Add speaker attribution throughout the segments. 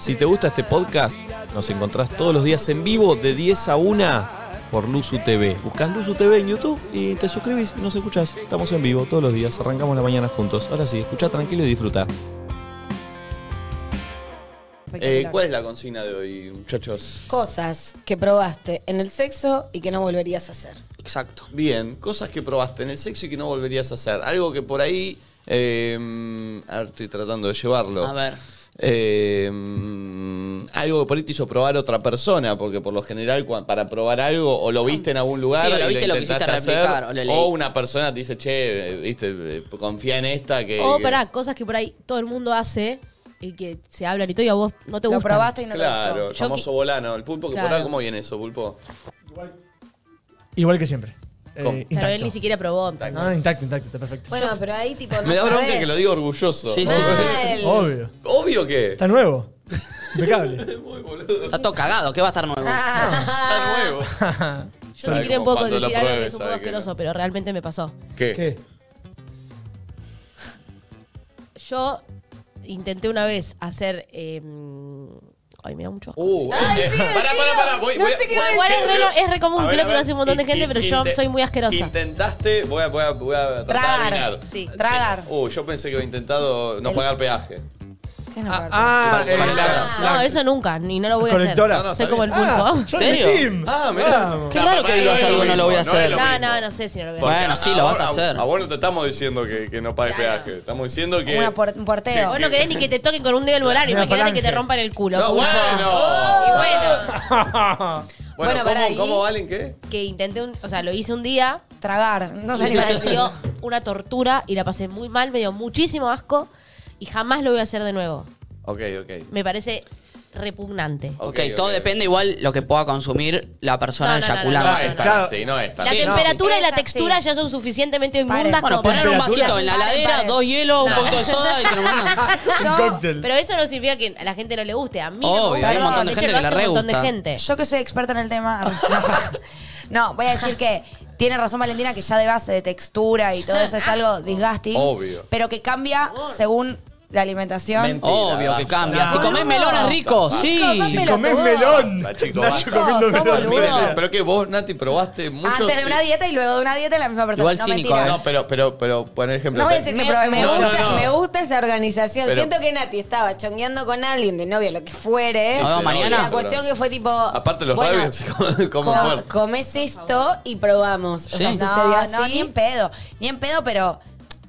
Speaker 1: Si te gusta este podcast, nos encontrás todos los días en vivo de 10 a 1 por Luzu TV. Buscás Luzu TV en YouTube y te suscribís y nos escuchás. Estamos en vivo todos los días, arrancamos la mañana juntos. Ahora sí, escuchá tranquilo y disfruta. Eh, ¿Cuál es la consigna de hoy, muchachos?
Speaker 2: Cosas que probaste en el sexo y que no volverías a hacer.
Speaker 1: Exacto. Bien, cosas que probaste en el sexo y que no volverías a hacer. Algo que por ahí. eh, a ver, estoy tratando de llevarlo.
Speaker 3: A ver.
Speaker 1: Eh, mm, algo que por ahí te hizo probar otra persona, porque por lo general cua- para probar algo o lo viste en algún lugar
Speaker 3: Sí, o lo
Speaker 1: y
Speaker 3: viste, lo
Speaker 1: intentaste
Speaker 3: quisiste replicar, o lo leí.
Speaker 1: una persona te dice, che, eh, viste, eh, confía en esta que...
Speaker 3: Oh,
Speaker 4: O
Speaker 1: que-
Speaker 4: pará, cosas que por ahí todo el mundo hace y que se hablan y todo y a vos no te
Speaker 2: Lo
Speaker 4: gusta.
Speaker 2: probaste y no te
Speaker 1: Claro,
Speaker 2: gustó.
Speaker 1: el
Speaker 4: Yo
Speaker 1: famoso
Speaker 4: que-
Speaker 1: volano. El pulpo que por
Speaker 4: Claro.
Speaker 1: ahí, ¿cómo viene eso, pulpo?
Speaker 5: Igual que siempre. Eh,
Speaker 1: ¿Cómo?
Speaker 4: Pero él ni
Speaker 5: intacto.
Speaker 4: siquiera probó. ¿no?
Speaker 5: Ah, intacto, intacto, está perfecto.
Speaker 2: Bueno, pero ahí tipo no
Speaker 1: Me da bronca
Speaker 2: sabés.
Speaker 1: que lo digo orgulloso.
Speaker 3: Sí, sí.
Speaker 2: Mal.
Speaker 5: Obvio.
Speaker 1: Obvio que...
Speaker 5: Está nuevo. Impecable.
Speaker 3: Está todo cagado, ¿qué va a estar nuevo?
Speaker 1: Está
Speaker 2: Ah.
Speaker 1: nuevo.
Speaker 4: Yo
Speaker 1: Sabe
Speaker 4: si quieren
Speaker 1: cómo
Speaker 4: puedo
Speaker 1: cuando lo
Speaker 4: decir algo que
Speaker 1: pruebes,
Speaker 4: es un
Speaker 1: sabe
Speaker 4: poco
Speaker 1: que no.
Speaker 4: asqueroso, pero realmente me pasó.
Speaker 1: ¿Qué?
Speaker 5: ¿Qué?
Speaker 4: Yo intenté una vez hacer. eh, ay, me da mucho asco.
Speaker 1: Uh, eh, pará, pará, pará. Voy,
Speaker 2: No
Speaker 1: voy,
Speaker 2: sé qué
Speaker 1: voy-
Speaker 4: Igual es
Speaker 1: voy-
Speaker 4: re, lo- es re común,
Speaker 1: A ver,
Speaker 4: eh,
Speaker 1: a
Speaker 4: creo que
Speaker 1: ver,
Speaker 4: lo hace un montón de
Speaker 1: in-
Speaker 4: gente, pero yo
Speaker 1: inte-
Speaker 4: soy muy asquerosa.
Speaker 1: Intentaste, voy a, voy a, voy a tratar de
Speaker 2: Tragar.
Speaker 1: adivinar.
Speaker 4: Sí.
Speaker 2: Tragar.
Speaker 1: Uh, yo pensé que había intentado no
Speaker 2: El-
Speaker 1: pagar peaje.
Speaker 2: ¿Qué no importa?
Speaker 5: Ah,
Speaker 1: eh, la-
Speaker 4: No, eso nunca, ni no lo voy a hacer.
Speaker 5: Colectora. No,
Speaker 1: no,
Speaker 4: soy
Speaker 1: está
Speaker 4: como el
Speaker 1: bien.
Speaker 4: pulpo.
Speaker 5: Ah, yo
Speaker 3: ¿Serio?
Speaker 5: en el team.
Speaker 1: Ah, mirá.
Speaker 5: Vamos.
Speaker 3: Qué raro que digas algo, no lo voy a hacer.
Speaker 1: es lo
Speaker 4: no,
Speaker 1: mismo.
Speaker 4: no, no sé si no lo voy a
Speaker 1: Porque
Speaker 4: hacer.
Speaker 3: Bueno,
Speaker 1: a-
Speaker 3: sí, lo vas a
Speaker 1: vos-
Speaker 3: hacer.
Speaker 1: A vos no te estamos diciendo que, que no pagues peaje. Estamos diciendo que.
Speaker 2: Una por- un porteo.
Speaker 4: Vos no querés ni que te toquen con un dedo el volano,
Speaker 5: Una
Speaker 4: imagínate que te
Speaker 5: falange.
Speaker 4: rompan el culo.
Speaker 1: No,
Speaker 4: pulpo.
Speaker 1: bueno.
Speaker 4: Y bueno,
Speaker 1: Bueno,
Speaker 2: Bueno,
Speaker 1: ¿cómo,
Speaker 2: pará, ¿y?
Speaker 1: ¿cómo valen qué?
Speaker 4: que intenté un, o sea, lo hice un día,
Speaker 2: Tragar. No sé
Speaker 4: me
Speaker 2: si va a decir.
Speaker 4: pareció una tortura y la pasé muy mal, me dio muchísimo asco y jamás lo voy a hacer de nuevo.
Speaker 1: Ok, ok.
Speaker 4: Me parece repugnante.
Speaker 1: Ok,
Speaker 3: Ok,
Speaker 1: ok.
Speaker 3: todo depende igual lo que pueda consumir la
Speaker 4: No, no,
Speaker 3: persona
Speaker 4: no,
Speaker 3: eyaculante.
Speaker 1: No
Speaker 4: no,
Speaker 1: es tan
Speaker 5: Claro.
Speaker 1: así, no es tan
Speaker 4: La
Speaker 1: así.
Speaker 3: Sí, no.
Speaker 4: temperatura y la
Speaker 2: Es así.
Speaker 4: textura ya son suficientemente
Speaker 2: Paren.
Speaker 4: inmundas
Speaker 3: Bueno,
Speaker 4: como
Speaker 3: poner un
Speaker 4: para-
Speaker 3: vasito en la
Speaker 2: Paren,
Speaker 3: heladera,
Speaker 2: paren.
Speaker 3: dos hielos, un
Speaker 4: No.
Speaker 3: poquito de soda y se lo mandan.
Speaker 5: Un
Speaker 2: Yo,
Speaker 5: cóctel.
Speaker 4: Pero eso no significa que a la gente no le guste. A mí no
Speaker 3: Obvio,
Speaker 4: me gusta.
Speaker 2: hay un montón de
Speaker 4: hecho,
Speaker 3: gente
Speaker 4: lo
Speaker 3: que le
Speaker 4: hace
Speaker 3: re
Speaker 4: un montón
Speaker 3: gusta.
Speaker 4: de gente.
Speaker 2: yo que soy experta en el tema. No, voy a decir que tiene razón Valentina que ya de base de textura y todo eso es algo disgusting.
Speaker 1: Ah. Obvio.
Speaker 2: Pero que cambia según la alimentación.
Speaker 1: Mentira,
Speaker 3: Obvio que
Speaker 1: basta.
Speaker 3: cambia. Si
Speaker 1: No,
Speaker 3: comés
Speaker 2: no.
Speaker 3: melón es rico,
Speaker 1: Basta,
Speaker 3: sí.
Speaker 2: basta.
Speaker 5: Si
Speaker 2: Dámelo
Speaker 5: comés
Speaker 2: todo.
Speaker 5: melón.
Speaker 1: Basta, chico,
Speaker 5: Nacho
Speaker 1: basta.
Speaker 5: comiendo
Speaker 2: Somos
Speaker 5: melón.
Speaker 2: boludos.
Speaker 5: Mira.
Speaker 1: Pero que vos, Nati, probaste muchos.
Speaker 2: Antes de una dieta y luego de una dieta la misma persona.
Speaker 3: Igual
Speaker 2: no,
Speaker 3: cínico,
Speaker 2: mentira.
Speaker 3: ¿eh?
Speaker 1: No, pero, pero, pero, por ejemplo.
Speaker 2: No voy a decir que probé
Speaker 6: Me,
Speaker 2: mucho.
Speaker 6: gusta, me gusta esa organización.
Speaker 1: Pero-
Speaker 6: Siento que Nati estaba chongueando con alguien de novia, lo que fuere.
Speaker 3: No,
Speaker 1: no,
Speaker 3: mañana.
Speaker 6: La cuestión que fue tipo.
Speaker 1: Aparte, los
Speaker 6: bueno,
Speaker 1: rabies, como, como
Speaker 6: co-
Speaker 1: fuerte.
Speaker 6: comes esto y probamos. O sea,
Speaker 3: Sí.
Speaker 6: sucedió
Speaker 2: No,
Speaker 6: así.
Speaker 2: no, ni en pedo. Ni en pedo, pero.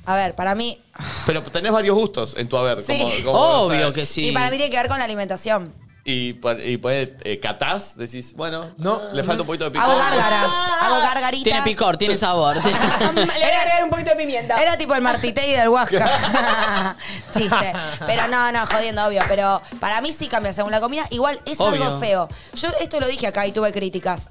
Speaker 2: A ver, para mí.
Speaker 1: Pero tenés varios gustos en tu haber.
Speaker 2: Sí.
Speaker 1: como- como
Speaker 3: Obvio
Speaker 1: sabes.
Speaker 3: que sí.
Speaker 2: Y para mí tiene que ver con la alimentación.
Speaker 1: Y, por- y pues, eh, catás, decís, bueno, no, le falta un poquito de picor.
Speaker 2: Hago gárgaras.
Speaker 6: Ah.
Speaker 2: Hago gargaritas.
Speaker 3: Tiene picor, tiene sabor.
Speaker 2: Le voy a agregar un poquito de pimienta. Era tipo el martitei del Huasca. Chiste. Pero no, no, jodiendo, obvio. Pero para mí sí cambia según la comida. Igual es
Speaker 3: Obvio.
Speaker 2: algo feo. Yo esto lo dije acá y tuve críticas.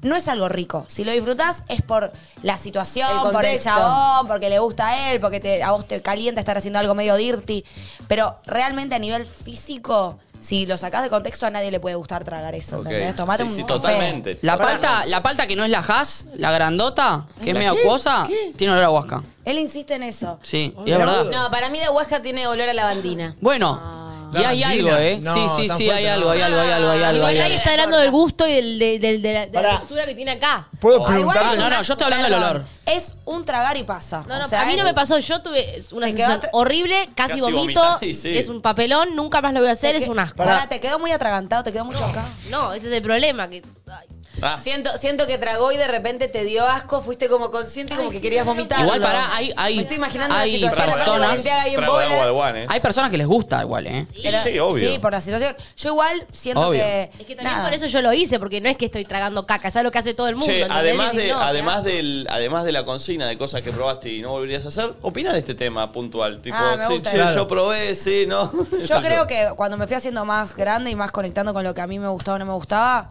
Speaker 2: No es algo rico. Si lo disfrutás es por la situación,
Speaker 6: El
Speaker 2: por el
Speaker 6: contexto.
Speaker 2: chabón, porque le gusta a él, porque te- a vos te calienta estar haciendo algo medio dirty. Pero realmente a nivel físico, si lo sacás de contexto, a nadie le puede gustar tragar eso.
Speaker 1: Ok.
Speaker 2: ¿entendés? Tomate
Speaker 1: sí,
Speaker 2: un
Speaker 1: sí,
Speaker 2: café.
Speaker 1: totalmente.
Speaker 3: La
Speaker 1: Pará,
Speaker 3: palta,
Speaker 1: no.
Speaker 3: la palta que no es la has, la grandota, que es medio acuosa, tiene olor a huasca.
Speaker 2: Él insiste en eso.
Speaker 3: Sí, y es verdad.
Speaker 6: No, para mí la huasca tiene olor a lavandina.
Speaker 3: Bueno, y
Speaker 5: La
Speaker 3: hay
Speaker 5: bandina.
Speaker 3: algo, ¿eh?
Speaker 5: No,
Speaker 3: sí, sí,
Speaker 5: tan
Speaker 3: sí,
Speaker 5: fuerte
Speaker 3: hay
Speaker 5: no.
Speaker 3: algo, hay algo, hay algo, hay algo.
Speaker 4: Igual
Speaker 3: hay
Speaker 4: nadie
Speaker 3: algo.
Speaker 4: está hablando del gusto y del, del- del- de la, de la
Speaker 5: Pará.
Speaker 4: textura que tiene acá.
Speaker 5: ¿Puedo
Speaker 2: Ah, igual
Speaker 5: preguntar?
Speaker 2: es
Speaker 3: no,
Speaker 2: una-
Speaker 3: no, yo estoy hablando del
Speaker 2: perdón,
Speaker 3: olor.
Speaker 2: Es un tragar y pasa.
Speaker 4: No, no,
Speaker 2: O sea,
Speaker 4: a mí no
Speaker 2: es-
Speaker 4: me pasó. Yo tuve una
Speaker 2: Te
Speaker 4: sensación
Speaker 2: quedaste-
Speaker 4: horrible, casi,
Speaker 1: Casi
Speaker 4: vomito,
Speaker 1: vomitaste, sí.
Speaker 4: es un papelón, nunca más lo voy a hacer,
Speaker 2: te
Speaker 4: es
Speaker 2: que-
Speaker 4: un asco.
Speaker 2: Pará, te quedó muy atragantado, te quedó mucho acá.
Speaker 4: No, ese es el problema. Que, ay,
Speaker 1: Ah,
Speaker 6: Siento, siento que tragó y de repente te dio asco, fuiste como consciente y como que querías vomitar.
Speaker 3: Igual pará, hay, hay,
Speaker 6: Me estoy imaginando una
Speaker 3: hay
Speaker 6: situación donde
Speaker 3: personas.
Speaker 6: te haga ahí en
Speaker 1: trago de
Speaker 6: bola.
Speaker 1: agua de guan, eh.
Speaker 3: Hay personas que les gusta igual, ¿eh?
Speaker 2: Pero-
Speaker 1: sí, obvio.
Speaker 2: Sí, por la situación. Yo igual siento
Speaker 3: Obvio.
Speaker 2: que.
Speaker 4: es que también
Speaker 2: nada.
Speaker 4: por eso yo lo hice, porque no es que estoy tragando caca, es algo que hace todo el mundo.
Speaker 1: Che,
Speaker 4: ¿entendés?
Speaker 1: además,
Speaker 4: Decís,
Speaker 1: de,
Speaker 4: no,
Speaker 1: además,
Speaker 4: te-
Speaker 1: del, además de la consigna de cosas que probaste y no volverías a hacer, opina de este tema puntual. Tipo,
Speaker 2: Ah, me
Speaker 1: sí,
Speaker 2: gusta
Speaker 1: che,
Speaker 5: eso.
Speaker 1: yo probé, sí, no.
Speaker 2: Yo creo que cuando me fui haciendo más grande y más conectando con lo que a mí me gustaba o no me gustaba,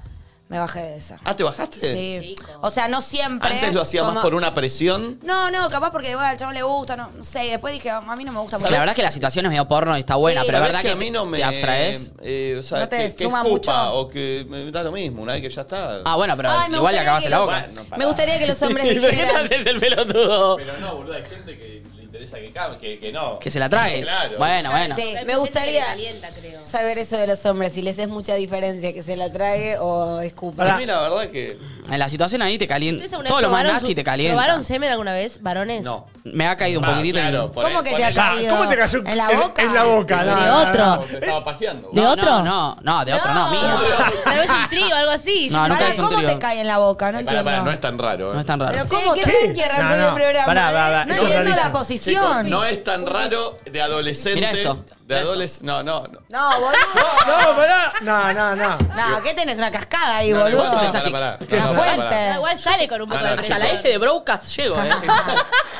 Speaker 2: me bajé de esa.
Speaker 1: Ah, ¿te bajaste?
Speaker 2: Sí. O sea, no siempre.
Speaker 1: Antes lo hacía más
Speaker 2: Como-
Speaker 1: por una presión.
Speaker 2: No, no, capaz porque bueno, al chaval le gusta, no, no sé. Y después dije, "Ah, a mí no me gusta.
Speaker 3: La verdad es que la situación es medio porno y está buena, pero la
Speaker 1: ¿Sabés
Speaker 3: verdad que,
Speaker 1: a mí no
Speaker 3: te-
Speaker 1: me
Speaker 3: te abstraes.
Speaker 1: eh, o sea,
Speaker 2: ¿No te
Speaker 1: que, que
Speaker 2: suma
Speaker 1: escupa
Speaker 2: mucho?
Speaker 1: o que me da lo mismo, una vez que ya está.
Speaker 3: Ah, bueno, pero
Speaker 6: Ay, me
Speaker 3: igual le
Speaker 6: gustaría
Speaker 3: acabas
Speaker 6: que
Speaker 3: la
Speaker 6: los-
Speaker 3: boca.
Speaker 1: Bueno, pará.
Speaker 6: Me gustaría que los hombres dijeran.
Speaker 3: haces el pelotudo?
Speaker 1: Pero no, boludo, hay gente que le interesa
Speaker 7: empresa que, cam- que, que no.
Speaker 3: Que se la trague.
Speaker 7: Claro.
Speaker 3: Bueno,
Speaker 4: Ah,
Speaker 3: Ah, bueno.
Speaker 6: Sí,
Speaker 4: Hay
Speaker 6: me
Speaker 4: mucha gente que
Speaker 6: gustaría
Speaker 4: calienta, creo.
Speaker 6: saber eso de los hombres, si les es mucha diferencia que se la trague o escupa.
Speaker 7: Para mí la verdad que...
Speaker 3: En la situación ahí te calienta.
Speaker 4: ¿Ustedes alguna
Speaker 3: Todo
Speaker 4: vez
Speaker 3: lo
Speaker 4: probaron
Speaker 3: mandaste
Speaker 4: su-
Speaker 3: y te calienta.
Speaker 4: ¿Probaron semen alguna vez, varones?
Speaker 7: No.
Speaker 3: Me ha caído un
Speaker 7: Ah,
Speaker 3: poquito. y-
Speaker 7: claro, por
Speaker 2: ¿Cómo
Speaker 7: ahí-
Speaker 2: que
Speaker 7: por
Speaker 2: te
Speaker 7: ahí-
Speaker 2: ha
Speaker 5: Ah,
Speaker 2: caído?
Speaker 5: ¿Cómo te cayó?
Speaker 2: ¿En la boca?
Speaker 5: En la boca,
Speaker 4: De
Speaker 5: no, no,
Speaker 4: otro.
Speaker 5: no.
Speaker 7: Se estaba pajeando.
Speaker 4: ¿De
Speaker 3: No,
Speaker 4: otro?
Speaker 3: No, no, no, de otro no, mío.
Speaker 4: Tal vez un trío, algo así.
Speaker 3: No,
Speaker 4: Yo-
Speaker 3: nunca
Speaker 2: Pará,
Speaker 3: hice un
Speaker 2: ¿Cómo
Speaker 3: trío.
Speaker 2: te cae en la boca? No
Speaker 7: Para,
Speaker 2: entiendo.
Speaker 7: para, no es tan raro. ¿eh?
Speaker 3: No es tan raro.
Speaker 2: Pero ¿cómo
Speaker 6: ¿qué
Speaker 2: te-
Speaker 6: creen que arrancó
Speaker 5: No, no.
Speaker 6: el programa?
Speaker 5: Pará, pará, pará.
Speaker 2: No
Speaker 5: Esto es
Speaker 2: entiendo la
Speaker 5: rarísimo.
Speaker 7: Chicos,
Speaker 2: posición.
Speaker 7: no es tan raro de adolescente.
Speaker 3: Mirá esto.
Speaker 7: De adolescente. No, no, no.
Speaker 2: No, boludo.
Speaker 5: No, pará. No, no, no.
Speaker 2: No, ¿qué tenés? Una cascada ahí,
Speaker 7: No, no,
Speaker 2: boludo.
Speaker 7: igual te
Speaker 3: pensás
Speaker 7: pará,
Speaker 3: que-
Speaker 7: pará,
Speaker 5: que
Speaker 7: pará,
Speaker 5: es
Speaker 7: pará, pará.
Speaker 2: fuerte.
Speaker 4: No, Igual sale con un poco
Speaker 3: Ah,
Speaker 7: No, no,
Speaker 4: de
Speaker 7: chicos.
Speaker 3: Hasta la S de Broadcast llego, eh.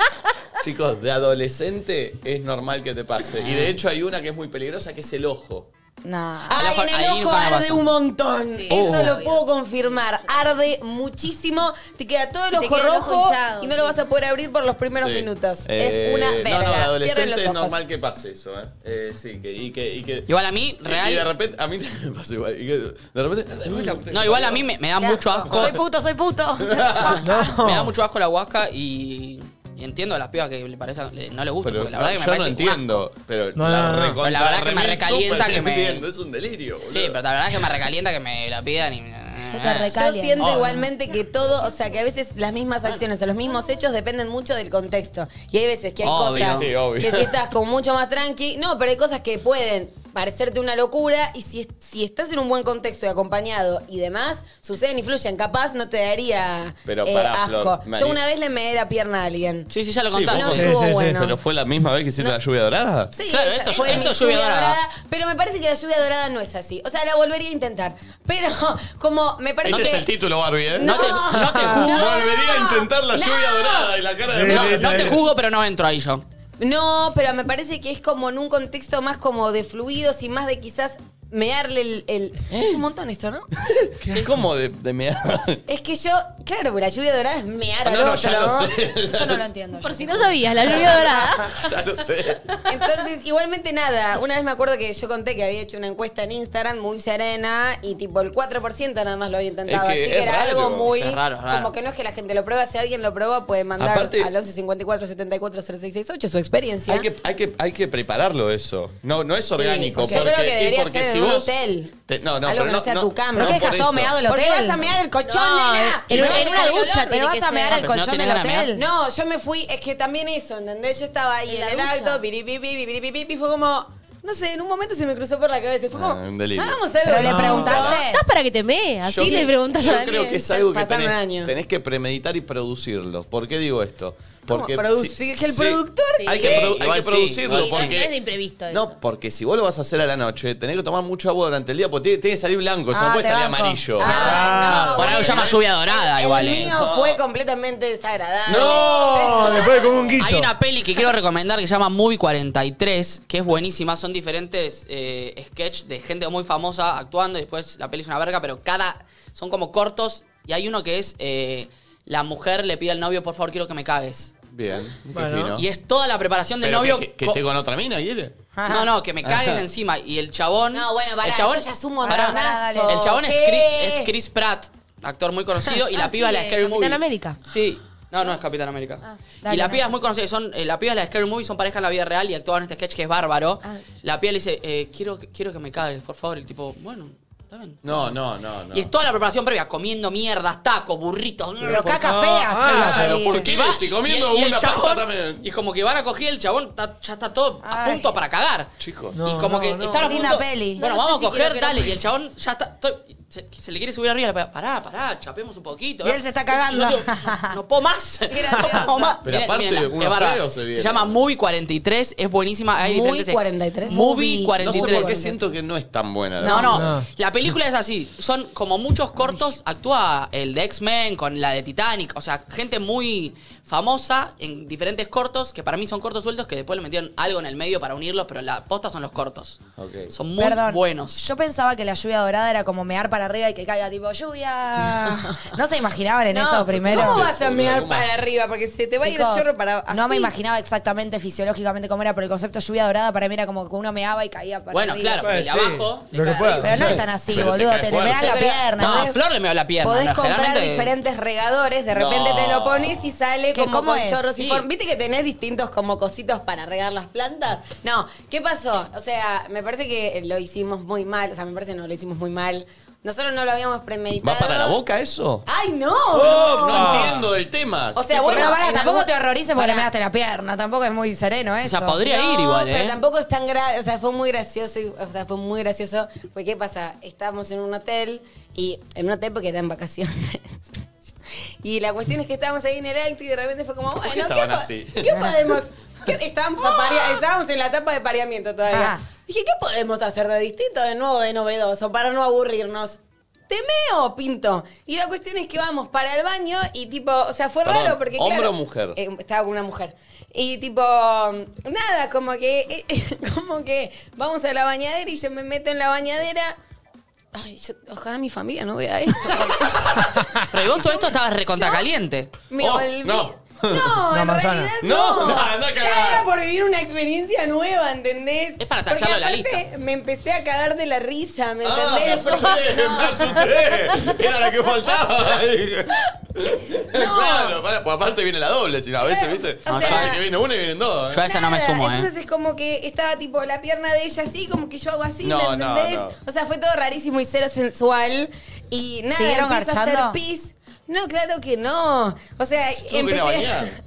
Speaker 7: Chicos, de adolescente es normal que te pase. Y de hecho hay una que es muy peligrosa, que es el ojo.
Speaker 2: No.
Speaker 6: Ay,
Speaker 3: Ahí
Speaker 6: en el
Speaker 3: nunca
Speaker 6: ojo
Speaker 3: me
Speaker 6: arde
Speaker 3: pasó.
Speaker 6: un montón.
Speaker 4: Sí.
Speaker 6: Eso
Speaker 3: Oh.
Speaker 6: lo puedo confirmar. Arde muchísimo. Te queda todo el
Speaker 4: Te
Speaker 6: ojo
Speaker 4: queda el ojo
Speaker 6: rojo
Speaker 4: hinchado,
Speaker 6: y no lo
Speaker 4: sí.
Speaker 6: vas a poder abrir por los primeros
Speaker 7: Sí.
Speaker 6: minutos.
Speaker 7: Eh,
Speaker 6: es una
Speaker 7: No, no, de
Speaker 6: verga. Cierren
Speaker 7: adolescente
Speaker 6: los
Speaker 7: es
Speaker 6: ojos.
Speaker 7: normal que pase eso, ¿eh? Eh, sí, que, y que, y que-
Speaker 3: Igual a mí,
Speaker 7: y- Y de
Speaker 3: real.
Speaker 7: repente, a mí también me pasó igual. y que de repente.
Speaker 3: No, igual a mí me, me da
Speaker 2: Ya.
Speaker 3: mucho asco.
Speaker 2: Soy puto, soy puto.
Speaker 3: Me da mucho asco la huasca y, y entiendo a las pibas que le parece, le- no le gusta,
Speaker 7: Pero
Speaker 3: porque la verdad que
Speaker 7: yo
Speaker 3: me parece
Speaker 7: no
Speaker 3: un
Speaker 7: entiendo. Pero
Speaker 5: No,
Speaker 7: la,
Speaker 5: no, no.
Speaker 7: recontra-
Speaker 3: La verdad que me
Speaker 7: remil
Speaker 3: recalienta
Speaker 7: súper
Speaker 3: que me-
Speaker 7: entiendo, Es un delirio,
Speaker 3: asco.
Speaker 7: boludo.
Speaker 3: Sí, pero la verdad que me recalienta que me la pidan y.
Speaker 2: Yo te reca-
Speaker 6: Yo
Speaker 2: Caliente.
Speaker 6: siento
Speaker 3: Oh.
Speaker 6: igualmente que todo, o sea, que a veces las mismas acciones o los mismos hechos dependen mucho del contexto. Y hay veces que hay
Speaker 3: Obvio.
Speaker 6: cosas
Speaker 7: Sí, obvio.
Speaker 6: que si estás como mucho más tranqui, no, pero hay cosas que pueden parecerte una locura y si, si estás en un buen contexto y acompañado y demás, suceden y fluyen. Capaz no te daría
Speaker 7: Pero
Speaker 6: eh,
Speaker 7: pará,
Speaker 6: asco.
Speaker 7: Flor, me
Speaker 6: Yo
Speaker 7: animo.
Speaker 6: una vez le meé la pierna a alguien.
Speaker 3: Sí, sí, ya lo
Speaker 7: Sí,
Speaker 3: contaste.
Speaker 6: No
Speaker 7: vos-
Speaker 5: Sí,
Speaker 6: estuvo
Speaker 5: sí, sí.
Speaker 6: bueno.
Speaker 7: ¿Pero fue la misma vez que hiciste la lluvia dorada?
Speaker 6: Sí,
Speaker 3: Claro,
Speaker 6: esa
Speaker 3: eso-
Speaker 6: fue
Speaker 3: eso
Speaker 6: mi
Speaker 3: es lluvia dorada.
Speaker 6: Pero me parece que la lluvia dorada no es así. O sea, la volvería a intentar. Pero como me parece
Speaker 7: Este
Speaker 6: que...
Speaker 7: es el título, Barbie, ¿eh?
Speaker 3: No te- no te juzgo.
Speaker 7: Volvería a intentar la lluvia dorada y la cara de
Speaker 5: Sí,
Speaker 3: No,
Speaker 7: Barbie.
Speaker 5: sí,
Speaker 3: no te juzgo, pero no entro ahí yo.
Speaker 6: No, pero me parece que es como en un contexto más como de fluidos y más de quizás mearle el... el-
Speaker 3: ¿Eh?
Speaker 6: Es un montón esto, ¿no?
Speaker 7: ¿Qué? ¿Cómo de, de mear?
Speaker 6: Es que yo, claro, la lluvia dorada es mear
Speaker 7: No,
Speaker 3: Ah,
Speaker 6: al
Speaker 7: no,
Speaker 6: otro.
Speaker 7: ya lo sé.
Speaker 2: Eso no lo entiendo.
Speaker 4: Por
Speaker 2: yo.
Speaker 4: si no sabías, la lluvia dorada.
Speaker 7: Ya lo sé.
Speaker 6: Entonces, igualmente nada. Una vez me acuerdo que yo conté que había hecho una encuesta en Instagram muy serena y tipo el 4% nada más lo había intentado.
Speaker 7: Es que
Speaker 6: así que
Speaker 7: es
Speaker 6: era
Speaker 7: raro.
Speaker 6: algo muy...
Speaker 3: Es raro, es raro.
Speaker 6: Como que no es que la gente lo prueba. Si alguien lo prueba, puede mandar
Speaker 7: Aparte-
Speaker 6: al 11 54 74 0668 su experiencia.
Speaker 7: Hay que, hay, que, hay que prepararlo eso. No, no es orgánico.
Speaker 6: porque
Speaker 7: porque,
Speaker 6: yo creo que
Speaker 7: y
Speaker 6: debería
Speaker 7: porque
Speaker 6: ser en
Speaker 7: si
Speaker 6: un
Speaker 7: vos
Speaker 6: hotel.
Speaker 7: te- no, no,
Speaker 6: Algo
Speaker 7: pero
Speaker 6: que no sea tu
Speaker 2: ¿No
Speaker 6: cama. No,
Speaker 2: que dejas
Speaker 7: por
Speaker 2: todo
Speaker 7: eso.
Speaker 2: meado del
Speaker 6: Porque
Speaker 2: hotel?
Speaker 6: vas a mear el colchón,
Speaker 4: No,
Speaker 6: nena.
Speaker 4: en-
Speaker 6: Si
Speaker 4: en
Speaker 6: no,
Speaker 4: una
Speaker 6: el
Speaker 4: ducha
Speaker 6: olor.
Speaker 2: ¿Pero
Speaker 4: tiene
Speaker 2: vas
Speaker 4: que
Speaker 2: a
Speaker 4: ser.
Speaker 2: mear el
Speaker 3: Pero si no
Speaker 2: colchón
Speaker 3: tenés
Speaker 2: del
Speaker 3: ganas de
Speaker 2: hotel?
Speaker 6: No, yo me fui, es que también eso, ¿entendés? Yo estaba ahí
Speaker 4: En
Speaker 6: en,
Speaker 4: la
Speaker 6: el
Speaker 4: ducha.
Speaker 6: auto, biribibi, biribibibi, y fue como, no sé, en un momento se me cruzó por la cabeza, y fue como,
Speaker 7: Ah, un delirio.
Speaker 6: hagamos algo.
Speaker 2: ¿Pero le
Speaker 6: No.
Speaker 2: preguntaste?
Speaker 4: Estás para que te mee, así
Speaker 7: Yo-
Speaker 4: le preguntas
Speaker 7: Yo
Speaker 4: a alguien.
Speaker 7: creo que es algo que
Speaker 6: Pasaron
Speaker 7: tenés,
Speaker 6: años.
Speaker 7: tenés que premeditar y producirlo. ¿Por qué digo esto?
Speaker 6: ¿Cómo
Speaker 7: Porque
Speaker 6: producir? ¿Que el productor?
Speaker 7: Hay
Speaker 4: Sí.
Speaker 7: que, produ- hay
Speaker 3: Igual
Speaker 7: que
Speaker 3: sí,
Speaker 7: producirlo.
Speaker 3: igual
Speaker 4: Sí,
Speaker 7: porque,
Speaker 4: no es de imprevisto eso.
Speaker 7: No, porque si vos lo vas a hacer a la noche, tenés que tomar mucha agua durante el día, porque tiene, tiene que salir blanco, eso
Speaker 2: Ah,
Speaker 7: no puede
Speaker 2: te
Speaker 7: salir
Speaker 2: banco.
Speaker 7: Pues amarillo.
Speaker 6: Ah,
Speaker 3: Por algo
Speaker 6: bueno,
Speaker 3: llama lluvia dorada,
Speaker 6: el
Speaker 3: igual, eh.
Speaker 6: mío fue completamente desagradable.
Speaker 5: No, Oh, después como un
Speaker 3: Hay
Speaker 5: guiso.
Speaker 3: una peli que quiero recomendar que se llama Movie 43, que es buenísima. Son diferentes eh, sketch de gente muy famosa actuando y después la peli es una verga, pero cada. Son como cortos y hay uno que es. eh, la mujer le pide al novio, por favor, quiero que me cagues.
Speaker 7: Bien, qué
Speaker 5: Bueno.
Speaker 7: fino.
Speaker 3: Y es toda la preparación del
Speaker 7: Pero
Speaker 3: novio.
Speaker 7: que, Ah. que- que
Speaker 3: co-
Speaker 7: esté con otra mina, ¿quiere?
Speaker 3: No, no, que me cagues encima. Y el chabón.
Speaker 6: No, bueno, pará,
Speaker 3: el chabón,
Speaker 6: esto ya es un
Speaker 3: Pará,
Speaker 2: montonazo.
Speaker 3: El chabón es
Speaker 6: ¿Qué?
Speaker 3: Chris, es Chris Pratt, actor muy conocido, y la
Speaker 4: Ah,
Speaker 3: piba
Speaker 4: sí,
Speaker 3: es la de
Speaker 4: de
Speaker 3: Scary
Speaker 4: Capitán
Speaker 3: Movie.
Speaker 4: América.
Speaker 3: Sí. No, no es Capitán América.
Speaker 2: Ah, dale,
Speaker 3: y la
Speaker 2: no.
Speaker 3: piba es muy conocida. y Son, eh, la piba es la de Scary Movie, son pareja en la vida real y actuaban en este sketch que es bárbaro.
Speaker 4: Ah.
Speaker 3: La piba le dice, eh, quiero, quiero que me cagues, por favor. El tipo, bueno, está bien.
Speaker 7: No, no, no, no.
Speaker 3: Y es toda la preparación previa, comiendo mierdas, tacos, burritos.
Speaker 2: Pero caca
Speaker 5: no?
Speaker 2: feas.
Speaker 5: Ah,
Speaker 2: iba a
Speaker 7: pero
Speaker 2: salir.
Speaker 7: ¿por qué?
Speaker 3: va-
Speaker 7: Si comiendo
Speaker 3: el
Speaker 7: una pasta
Speaker 3: chabón-
Speaker 7: también.
Speaker 3: Y como que van a coger el chabón, está- ya está todo a
Speaker 2: Ay.
Speaker 3: punto para cagar.
Speaker 7: Chicos.
Speaker 5: No,
Speaker 3: y como
Speaker 5: no,
Speaker 3: que
Speaker 5: no.
Speaker 3: están a
Speaker 2: Linda
Speaker 3: punto-
Speaker 2: peli.
Speaker 3: Bueno,
Speaker 4: No, no
Speaker 3: vamos
Speaker 4: sé
Speaker 3: a
Speaker 4: si quiero
Speaker 3: coger,
Speaker 4: que
Speaker 3: dale.
Speaker 4: no-
Speaker 3: Y el chabón ya está. estoy- se, se le quiere subir arriba. le- Pará, pará, chapemos un poquito.
Speaker 2: Y
Speaker 3: ¿eh?
Speaker 2: él se está cagando.
Speaker 3: Yo no, no puedo más. No puedo más.
Speaker 7: Pero aparte, uno
Speaker 3: es bárbaro.
Speaker 7: feo se viene.
Speaker 3: llama Movie 43, es buenísima. Hay
Speaker 6: Movie
Speaker 3: diferentes-
Speaker 6: 43.
Speaker 3: Movie
Speaker 7: No sé por qué
Speaker 3: 43.
Speaker 7: siento que no es tan buena. la
Speaker 3: No, no,
Speaker 5: No.
Speaker 3: La película es así. Son como muchos cortos. Actúa el de X-Men con la de Titanic. O sea, gente muy famosa en diferentes cortos que para mí son cortos sueltos que después le metieron algo en el medio para unirlos, pero la posta son los cortos.
Speaker 7: Ok.
Speaker 3: Son muy
Speaker 2: Perdón,
Speaker 3: buenos.
Speaker 2: Yo pensaba que la lluvia dorada era como mear para arriba y que caiga tipo lluvia. ¿No se imaginaban en eso primero?
Speaker 6: ¿Cómo vas a mear para arriba? Porque se te va a
Speaker 2: Chicos,
Speaker 6: ir el chorro para
Speaker 2: No me
Speaker 6: así.
Speaker 2: imaginaba exactamente fisiológicamente cómo era, pero el concepto lluvia dorada para mí era como que uno meaba y caía para
Speaker 3: Bueno,
Speaker 2: arriba.
Speaker 3: claro, porque el de
Speaker 5: Eh, Sí,
Speaker 3: abajo. le
Speaker 5: lo que
Speaker 3: cae
Speaker 5: pueda.
Speaker 3: arriba.
Speaker 2: Pero no es tan así,
Speaker 7: Pero te
Speaker 2: boludo.
Speaker 7: cae
Speaker 2: Te, te
Speaker 7: fuerte.
Speaker 2: mean la
Speaker 6: Yo creo-
Speaker 2: pierna.
Speaker 3: No, a
Speaker 2: ¿ves?
Speaker 3: Flor le meó la pierna.
Speaker 6: Podés
Speaker 3: no,
Speaker 6: comprar
Speaker 3: generalmente-
Speaker 6: diferentes regadores, de repente
Speaker 3: No.
Speaker 6: te lo pones y sale
Speaker 2: ¿Qué,
Speaker 6: como
Speaker 2: cómo
Speaker 6: con
Speaker 2: es?
Speaker 6: chorros
Speaker 3: Sí.
Speaker 6: y form- ¿Viste que tenés distintos como cositos para regar las plantas? No, ¿qué pasó? O sea, me parece que lo hicimos muy mal, o sea, me parece no lo hicimos muy mal. Nosotros no lo habíamos premeditado.
Speaker 1: ¿Va para la boca eso?
Speaker 6: ¡Ay, no!
Speaker 7: Oh, no entiendo del tema.
Speaker 6: O sea, bueno,
Speaker 2: Pero pará,
Speaker 6: en
Speaker 2: tampoco
Speaker 6: algún-
Speaker 2: te horrorices porque
Speaker 6: Pará.
Speaker 2: le measte la pierna. Tampoco es muy sereno
Speaker 3: O
Speaker 2: eso.
Speaker 3: sea, podría
Speaker 6: No,
Speaker 3: ir igual,
Speaker 6: Pero
Speaker 3: ¿eh?
Speaker 6: tampoco es tan grave. O sea, fue muy gracioso. y- O sea, fue muy gracioso. Porque, ¿qué pasa? Estábamos en un hotel. Y en un hotel porque eran vacaciones. Y la cuestión es que estábamos ahí en el acto y de repente fue como, bueno, ¿qué,
Speaker 7: estaban
Speaker 6: po-
Speaker 7: así?
Speaker 6: ¿qué podemos? qué- estábamos, a paria- estábamos en la etapa de pareamiento todavía.
Speaker 2: Ah.
Speaker 6: Dije, ¿qué podemos hacer de distinto, de nuevo, de novedoso, para no aburrirnos? Temeo, pinto. Y la cuestión es que vamos para el baño y tipo, o sea, fue
Speaker 7: Perdón,
Speaker 6: raro porque.
Speaker 7: ¿hombre
Speaker 6: claro,
Speaker 7: o mujer?
Speaker 6: eh, estaba con una mujer. Y tipo, nada, como que, eh, eh, como que vamos a la bañadera y yo me meto en la bañadera. Ay, yo, ojalá mi familia no vea esto.
Speaker 3: Pero y vos todo esto estabas recontra caliente.
Speaker 6: Me
Speaker 7: Oh,
Speaker 6: volví.
Speaker 7: no.
Speaker 6: No, en
Speaker 5: manzana.
Speaker 6: realidad
Speaker 7: No,
Speaker 6: no.
Speaker 7: no, anda a
Speaker 6: Ya
Speaker 7: cagar.
Speaker 6: era por vivir una experiencia nueva, ¿entendés?
Speaker 3: Es para
Speaker 6: Porque
Speaker 3: tacharlo de la
Speaker 6: aparte
Speaker 3: lista.
Speaker 6: Me empecé a cagar de la risa, ¿me
Speaker 7: Ah, me
Speaker 6: entendés?
Speaker 7: asusté,
Speaker 6: Porque-
Speaker 7: me asusté. Era la que faltaba. Claro, para, pues aparte viene la doble, si no, a veces, ¿viste?
Speaker 6: O
Speaker 7: Parece
Speaker 3: sea-
Speaker 7: que viene una y vienen dos.
Speaker 3: Yo a esa no me
Speaker 6: Nada,
Speaker 3: sumo, ¿eh?
Speaker 6: Entonces es como que estaba tipo la pierna de ella así, como que yo hago así,
Speaker 7: No,
Speaker 6: ¿me
Speaker 7: no,
Speaker 6: entendés?
Speaker 7: no.
Speaker 6: O sea, fue todo rarísimo y cero sensual. Y nada,
Speaker 2: ¿Siguieron
Speaker 6: empiezo
Speaker 2: garchando?
Speaker 6: a hacer pis. No, claro que no. O sea,
Speaker 7: tuvo que ir a
Speaker 6: empecé.
Speaker 7: bañar.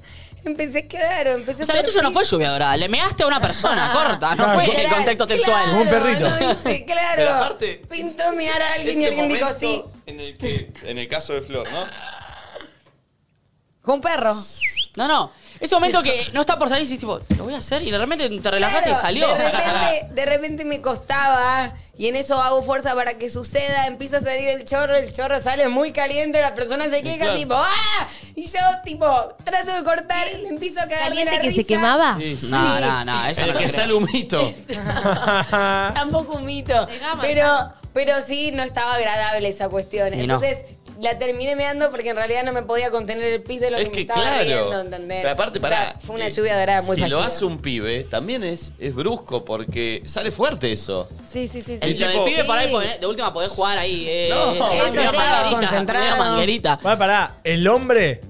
Speaker 6: Empecé, claro, empecé
Speaker 3: O sea,
Speaker 6: a
Speaker 3: lo
Speaker 6: hacer
Speaker 3: tuyo no
Speaker 6: pis.
Speaker 3: fue lluvia dorada. Le measte a una persona corta. No
Speaker 5: Claro.
Speaker 3: fue
Speaker 5: Literal,
Speaker 3: el contacto
Speaker 6: Claro,
Speaker 3: sexual.
Speaker 5: Como un perrito.
Speaker 6: No, dice, claro.
Speaker 7: Pero aparte,
Speaker 6: Pintó mirar a alguien y
Speaker 7: Ese
Speaker 6: alguien dijo
Speaker 7: momento
Speaker 6: sí.
Speaker 7: En el, que, en el caso de Flor, ¿no?
Speaker 2: Con un perro.
Speaker 3: No, no. Ese momento que no está por salir y decís, tipo, lo voy a hacer. Y de repente te relajaste
Speaker 6: Claro,
Speaker 3: y salió.
Speaker 6: De repente, de repente me costaba y en eso hago fuerza para que suceda. Empieza a salir el chorro, el chorro sale muy caliente, la persona se queja,
Speaker 7: Claro.
Speaker 6: tipo, ¡ah! Y yo, tipo, trato de cortar, me empiezo a cagar de la
Speaker 4: ¿Caliente que se
Speaker 6: risa.
Speaker 4: quemaba?
Speaker 3: No, no, no. Eso
Speaker 7: El
Speaker 3: no lo
Speaker 7: que
Speaker 3: creo.
Speaker 7: sale humito.
Speaker 6: Tampoco un mito.
Speaker 4: De gama,
Speaker 6: Pero, pero sí, no estaba agradable esa cuestión.
Speaker 3: Y no.
Speaker 6: Entonces, la terminé meando porque en realidad no me podía contener el pis de lo
Speaker 7: es
Speaker 6: que me
Speaker 7: que
Speaker 6: estaba
Speaker 7: claro.
Speaker 6: riendo, ¿entendés?
Speaker 7: Pero aparte,
Speaker 6: O sea,
Speaker 7: pará.
Speaker 6: fue una
Speaker 7: eh,
Speaker 6: lluvia dorada muy
Speaker 7: Si lo
Speaker 6: fallida.
Speaker 7: hace un pibe, también es, es brusco porque sale fuerte eso.
Speaker 6: Sí, sí, sí, sí.
Speaker 3: El, lo del
Speaker 7: tipo-
Speaker 3: pibe por ahí,
Speaker 6: Sí.
Speaker 3: poner- de última podés jugar ahí. Eh,
Speaker 7: No,
Speaker 3: eh,
Speaker 7: eso
Speaker 3: medio
Speaker 6: era
Speaker 3: manguerita,
Speaker 6: concentrado.
Speaker 3: medio manguerita.
Speaker 5: Bueno, pará, el hombre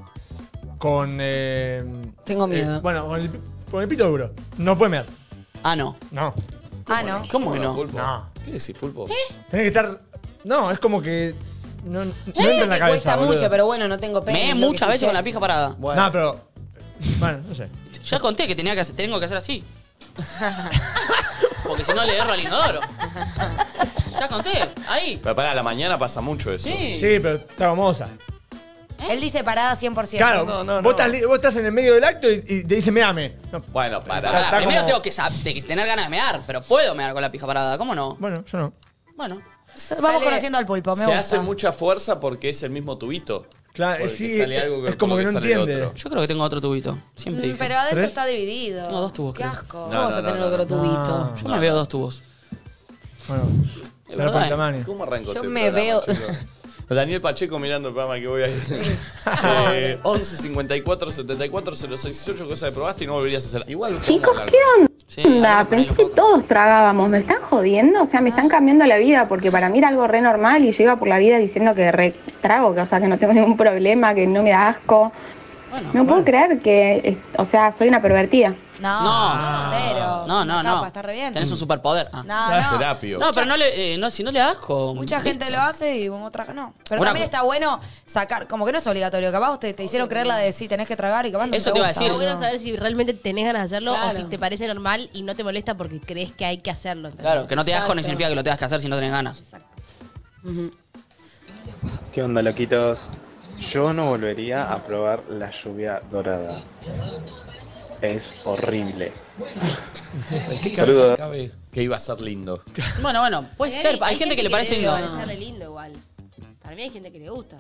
Speaker 5: con. eh,
Speaker 6: Tengo miedo.
Speaker 5: eh, bueno, con el, con el pito duro. No puede mear.
Speaker 3: Ah, no.
Speaker 5: No.
Speaker 2: Ah, no.
Speaker 3: ¿Cómo que no?
Speaker 7: Pulpo?
Speaker 5: No.
Speaker 7: ¿Qué decís, Pulpo?
Speaker 6: ¿Eh?
Speaker 5: Tiene que estar. No, es como que. No, no entra en la
Speaker 6: Eh, que
Speaker 5: cabeza.
Speaker 6: cuesta
Speaker 5: boludo.
Speaker 6: mucho, pero bueno, no tengo pena.
Speaker 3: Me
Speaker 6: es lo que
Speaker 3: muchas veces
Speaker 6: escuché.
Speaker 3: con la pija parada.
Speaker 5: No, pero. Bueno, no sé.
Speaker 3: Ya conté que tenía que hacer- tengo que hacer así. Porque si no le erro al inodoro. Ya conté. Ahí.
Speaker 7: Pero pará, a la mañana pasa mucho eso.
Speaker 3: Sí.
Speaker 5: Sí, pero está famosa.
Speaker 2: Él dice parada 100%.
Speaker 5: Claro,
Speaker 7: No, no, no.
Speaker 5: Vos, estás, li- vos estás en el medio del acto y, y te dice meame. No,
Speaker 7: Bueno, pará.
Speaker 5: Está-
Speaker 3: Pará,
Speaker 5: está
Speaker 3: primero
Speaker 5: como-
Speaker 3: tengo que sab- de- tener ganas de mear, pero puedo mear con la pija parada, ¿cómo no?
Speaker 5: bueno, yo no.
Speaker 3: Bueno.
Speaker 2: Vamos
Speaker 6: Sale-
Speaker 2: conociendo al pulpo, me
Speaker 7: se
Speaker 2: gusta.
Speaker 7: hace mucha fuerza porque es el mismo tubito.
Speaker 5: Claro,
Speaker 7: Porque
Speaker 5: sí,
Speaker 7: sale algo
Speaker 5: es como
Speaker 7: por lo
Speaker 5: que no
Speaker 7: sale de
Speaker 5: entiende.
Speaker 7: otro.
Speaker 3: Yo creo que tengo otro tubito. Siempre
Speaker 2: Mm,
Speaker 3: dije.
Speaker 2: Pero adentro
Speaker 5: ¿Tres?
Speaker 2: está dividido.
Speaker 3: Tengo dos tubos,
Speaker 2: Qué
Speaker 3: creo.
Speaker 2: asco.
Speaker 7: No,
Speaker 6: ¿Cómo vas a
Speaker 7: no,
Speaker 6: tener
Speaker 7: no,
Speaker 6: otro tubito?
Speaker 5: No.
Speaker 3: Yo me veo dos tubos.
Speaker 5: Ah, Bueno,
Speaker 3: Es
Speaker 5: será por
Speaker 3: verdad,
Speaker 5: el tamaño.
Speaker 7: ¿Cómo arranco
Speaker 6: Yo
Speaker 7: este
Speaker 6: me
Speaker 7: programa,
Speaker 6: veo-
Speaker 7: chicos? Daniel Pacheco mirando el programa que voy a ir. eh, 11 54 74 068, cosa que probaste y no volverías a hacer. Igual.
Speaker 8: Chicos,
Speaker 7: ¿cómo
Speaker 8: ¿qué
Speaker 3: Sí,
Speaker 8: onda?
Speaker 3: ahora por ahí
Speaker 8: Mm, Pensé
Speaker 3: un
Speaker 8: que
Speaker 3: poco.
Speaker 8: todos tragábamos. ¿Me están jodiendo? O sea, me están cambiando la vida porque para mí era algo re normal y yo iba por la vida diciendo que re trago, que, o sea, que no tengo ningún problema, que no me da asco.
Speaker 3: Bueno.
Speaker 8: No puedo creer que, eh, o sea, soy una pervertida.
Speaker 2: No,
Speaker 3: No.
Speaker 2: cero.
Speaker 3: No, no, no.
Speaker 2: Tapa, está re bien.
Speaker 3: Tenés un superpoder. Ah. No,
Speaker 2: No, no.
Speaker 7: Serapio.
Speaker 3: pero no le, eh, no, si no le das asco.
Speaker 2: Mucha gente lo hace y otra no. Pero
Speaker 3: Una
Speaker 2: también
Speaker 3: cosa-
Speaker 2: está bueno sacar, como que no es obligatorio. Capaz te, te hicieron creer la de sí, tenés que tragar y capaz no
Speaker 3: Eso te iba a
Speaker 2: gusta,
Speaker 3: decir.
Speaker 4: Está bueno
Speaker 2: boludo.
Speaker 4: saber si realmente tenés ganas de hacerlo
Speaker 6: Claro.
Speaker 4: o si te parece normal y no te molesta porque crees que hay que hacerlo. ¿entendés?
Speaker 3: Claro, que no te das asco no
Speaker 6: Exacto.
Speaker 3: significa que lo tengas que hacer si no tenés ganas.
Speaker 9: ¿Qué onda, loquitos? Yo no volvería a probar la lluvia dorada. Es horrible.
Speaker 7: ¿En qué cabeza cabe que iba a ser lindo?
Speaker 3: Bueno, bueno, puede
Speaker 4: Hay-
Speaker 3: ser. Hay, gente que le parece
Speaker 4: sí,
Speaker 3: lindo.
Speaker 4: puede parecerle lindo igual. Para mí hay gente que le gusta.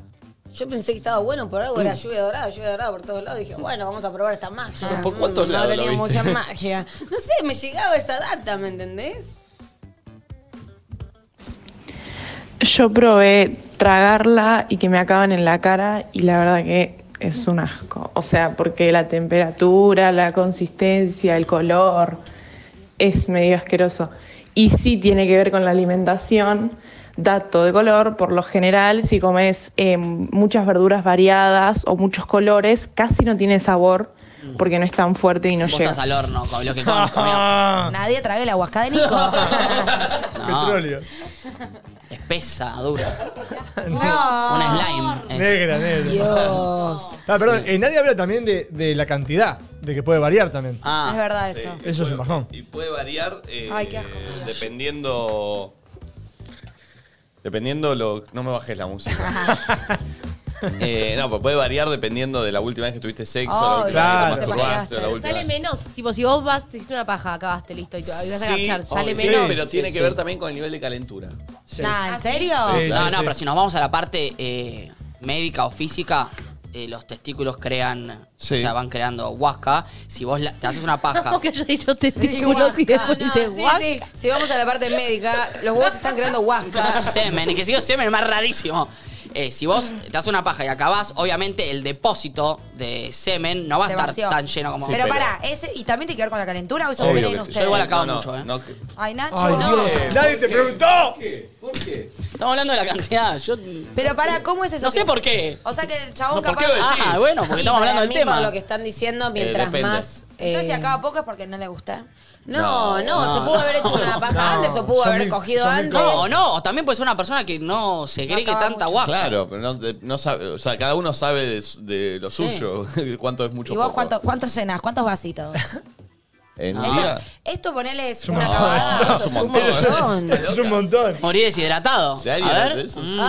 Speaker 6: Yo pensé que estaba bueno, por algo era lluvia dorada, lluvia dorada por todos lados. Dije, bueno, vamos a probar esta magia.
Speaker 7: ¿Por cuántos
Speaker 6: Mm,
Speaker 7: lados
Speaker 6: No
Speaker 7: lo
Speaker 6: tenía
Speaker 7: viste?
Speaker 6: mucha magia. No sé, me llegaba esa data, ¿me entendés?
Speaker 10: Yo probé tragarla y que me acaban en la cara y la verdad que es un asco. O sea, porque la temperatura, la consistencia, el color es medio asqueroso. Y sí tiene que ver con la alimentación. Dato de color, por lo general, si comes eh, muchas verduras variadas o muchos colores, casi no tiene sabor porque no es tan fuerte y no
Speaker 3: Vos
Speaker 10: llega.
Speaker 3: estás al horno con lo que comes, comió.
Speaker 2: Nadie trague la huasca de Nico.
Speaker 3: Ah. No. Espesa, dura.
Speaker 2: Una
Speaker 3: slime. es.
Speaker 5: Negra, negra.
Speaker 2: Dios.
Speaker 5: Ah, perdón, eh, nadie habla también de, de la cantidad, de que puede variar también.
Speaker 3: Ah.
Speaker 2: Es verdad eso.
Speaker 5: Eso es un bajón.
Speaker 7: Y puede variar eh,
Speaker 2: Ay, qué asco.
Speaker 7: dependiendo. Dependiendo lo. No me bajes la música. Eh, no, pues puede variar dependiendo de la última vez que tuviste sexo, la última
Speaker 5: Obvio,
Speaker 7: vez
Speaker 5: claro.
Speaker 7: que te masturbaste, o la
Speaker 4: Pero
Speaker 7: última
Speaker 4: sale
Speaker 7: vez-
Speaker 4: menos. Tipo, si vos vas, te hiciste una paja, acabaste, listo, y te y vas a
Speaker 7: Sí, oh,
Speaker 4: agachar. Sale
Speaker 7: sí,
Speaker 4: menos.
Speaker 7: pero tiene
Speaker 3: Sí,
Speaker 7: que
Speaker 3: sí.
Speaker 7: ver también con el nivel de calentura.
Speaker 2: Nah,
Speaker 3: Ah,
Speaker 2: ¿en serio?
Speaker 7: Sí,
Speaker 3: no,
Speaker 7: sí,
Speaker 3: no,
Speaker 7: sí.
Speaker 3: pero si nos vamos a la parte eh, médica o física, eh, los testículos crean,
Speaker 7: Sí.
Speaker 3: o sea, van creando huasca. Si vos la- te haces una paja.
Speaker 4: Como que haya dicho testículos y después dice,
Speaker 6: sí,
Speaker 4: "Guau".
Speaker 6: sí. Si vamos a la parte médica, los huevos están creando huasca.
Speaker 3: semen, y que sigo semen, más rarísimo. Eh, si vos te haces una paja y acabás, obviamente el depósito de semen no va a
Speaker 2: Se
Speaker 3: estar
Speaker 2: vació.
Speaker 3: tan lleno como.
Speaker 2: pero, pará, ese, ¿y también tiene que ver con la calentura o eso lo
Speaker 3: Obvio
Speaker 2: creen
Speaker 3: que
Speaker 2: ustedes?
Speaker 3: sí. Yo igual acabo mucho, ¿eh?
Speaker 2: Ay, Nacho.
Speaker 5: Ay,
Speaker 2: no.
Speaker 5: Dios. Nadie te preguntó.
Speaker 3: Estamos hablando de la cantidad. Yo.
Speaker 2: Pero pará, ¿cómo es eso?
Speaker 3: No sé
Speaker 2: que-
Speaker 3: por qué.
Speaker 2: O sea que el chabón
Speaker 3: No, ¿por
Speaker 2: capaz...
Speaker 3: qué lo decís? Ah, bueno, porque
Speaker 6: Sí,
Speaker 3: estamos
Speaker 6: para
Speaker 3: hablando del
Speaker 6: mí,
Speaker 3: tema. Eh,
Speaker 6: Por lo que están diciendo, mientras
Speaker 7: depende.
Speaker 6: más.
Speaker 2: Entonces si
Speaker 6: eh,
Speaker 2: acaba poco es porque no le gusta.
Speaker 6: No, no,
Speaker 3: No,
Speaker 6: se pudo haber hecho una paja antes o pudo
Speaker 5: son
Speaker 6: haber
Speaker 5: mil-
Speaker 6: cogido
Speaker 5: son mil
Speaker 6: antes.
Speaker 3: No, o no, o también puede ser una persona que no se cree que
Speaker 6: acaba
Speaker 3: tanta
Speaker 6: mucho.
Speaker 3: guasca.
Speaker 7: Claro, pero no, de- no sabe, o sea, cada uno sabe de, su- de lo
Speaker 3: Sí.
Speaker 7: suyo, cuánto es mucho
Speaker 2: ¿Y vos
Speaker 7: poco.
Speaker 2: cuánto, cuántos llenas? ¿Cuántos vasitos?
Speaker 7: En
Speaker 3: No.
Speaker 7: mi vida,
Speaker 2: Esto ponele es una
Speaker 7: montón.
Speaker 2: cagada.
Speaker 7: Es
Speaker 2: Eso
Speaker 7: un montón.
Speaker 2: montón.
Speaker 5: Es un montón.
Speaker 3: Morí deshidratado.
Speaker 7: Si
Speaker 3: a
Speaker 7: alguien
Speaker 3: ver.
Speaker 7: hace eso.
Speaker 3: Mm.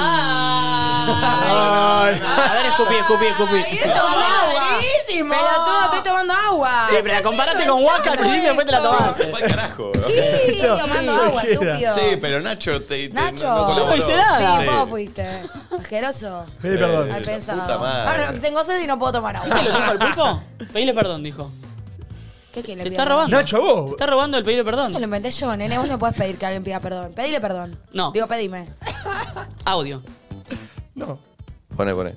Speaker 5: Ay,
Speaker 3: A ver, escupí, escupí, escupí.
Speaker 2: Estoy tomando agua. Pero tú, estoy tomando agua.
Speaker 3: Sí, pero la comparaste con Huaca, y después te la
Speaker 7: se
Speaker 3: tomaste.
Speaker 7: fue al carajo. ¿no?
Speaker 2: Sí,
Speaker 5: No,
Speaker 2: tomando
Speaker 5: no
Speaker 2: agua,
Speaker 5: quiera.
Speaker 2: estúpido.
Speaker 7: Sí, pero Nacho te, te-
Speaker 2: Nacho.
Speaker 7: no,
Speaker 2: Yo
Speaker 7: no
Speaker 3: no
Speaker 7: colaboró.
Speaker 3: hice nada.
Speaker 2: Sí,
Speaker 7: Sí.
Speaker 2: vos fuiste. Asqueroso.
Speaker 5: Pedí perdón.
Speaker 7: Eh,
Speaker 2: Mal
Speaker 7: la
Speaker 2: pensado.
Speaker 7: puta madre.
Speaker 2: Ahora tengo sed y no puedo tomar agua.
Speaker 3: ¿Viste lo que dijo el pulpo? Pedile perdón, dijo.
Speaker 2: ¿Qué, que le
Speaker 3: Te
Speaker 2: pido
Speaker 3: está robando.
Speaker 5: Nacho, ¿a
Speaker 3: Te
Speaker 5: vos.
Speaker 3: está robando el pedir
Speaker 2: Eso lo
Speaker 3: perdón.
Speaker 2: inventé yo, nene. Vos no podés pedir que alguien pida perdón. Pedile perdón.
Speaker 3: No.
Speaker 2: Digo, pedime.
Speaker 3: Audio.
Speaker 5: No.
Speaker 7: Pone, pone.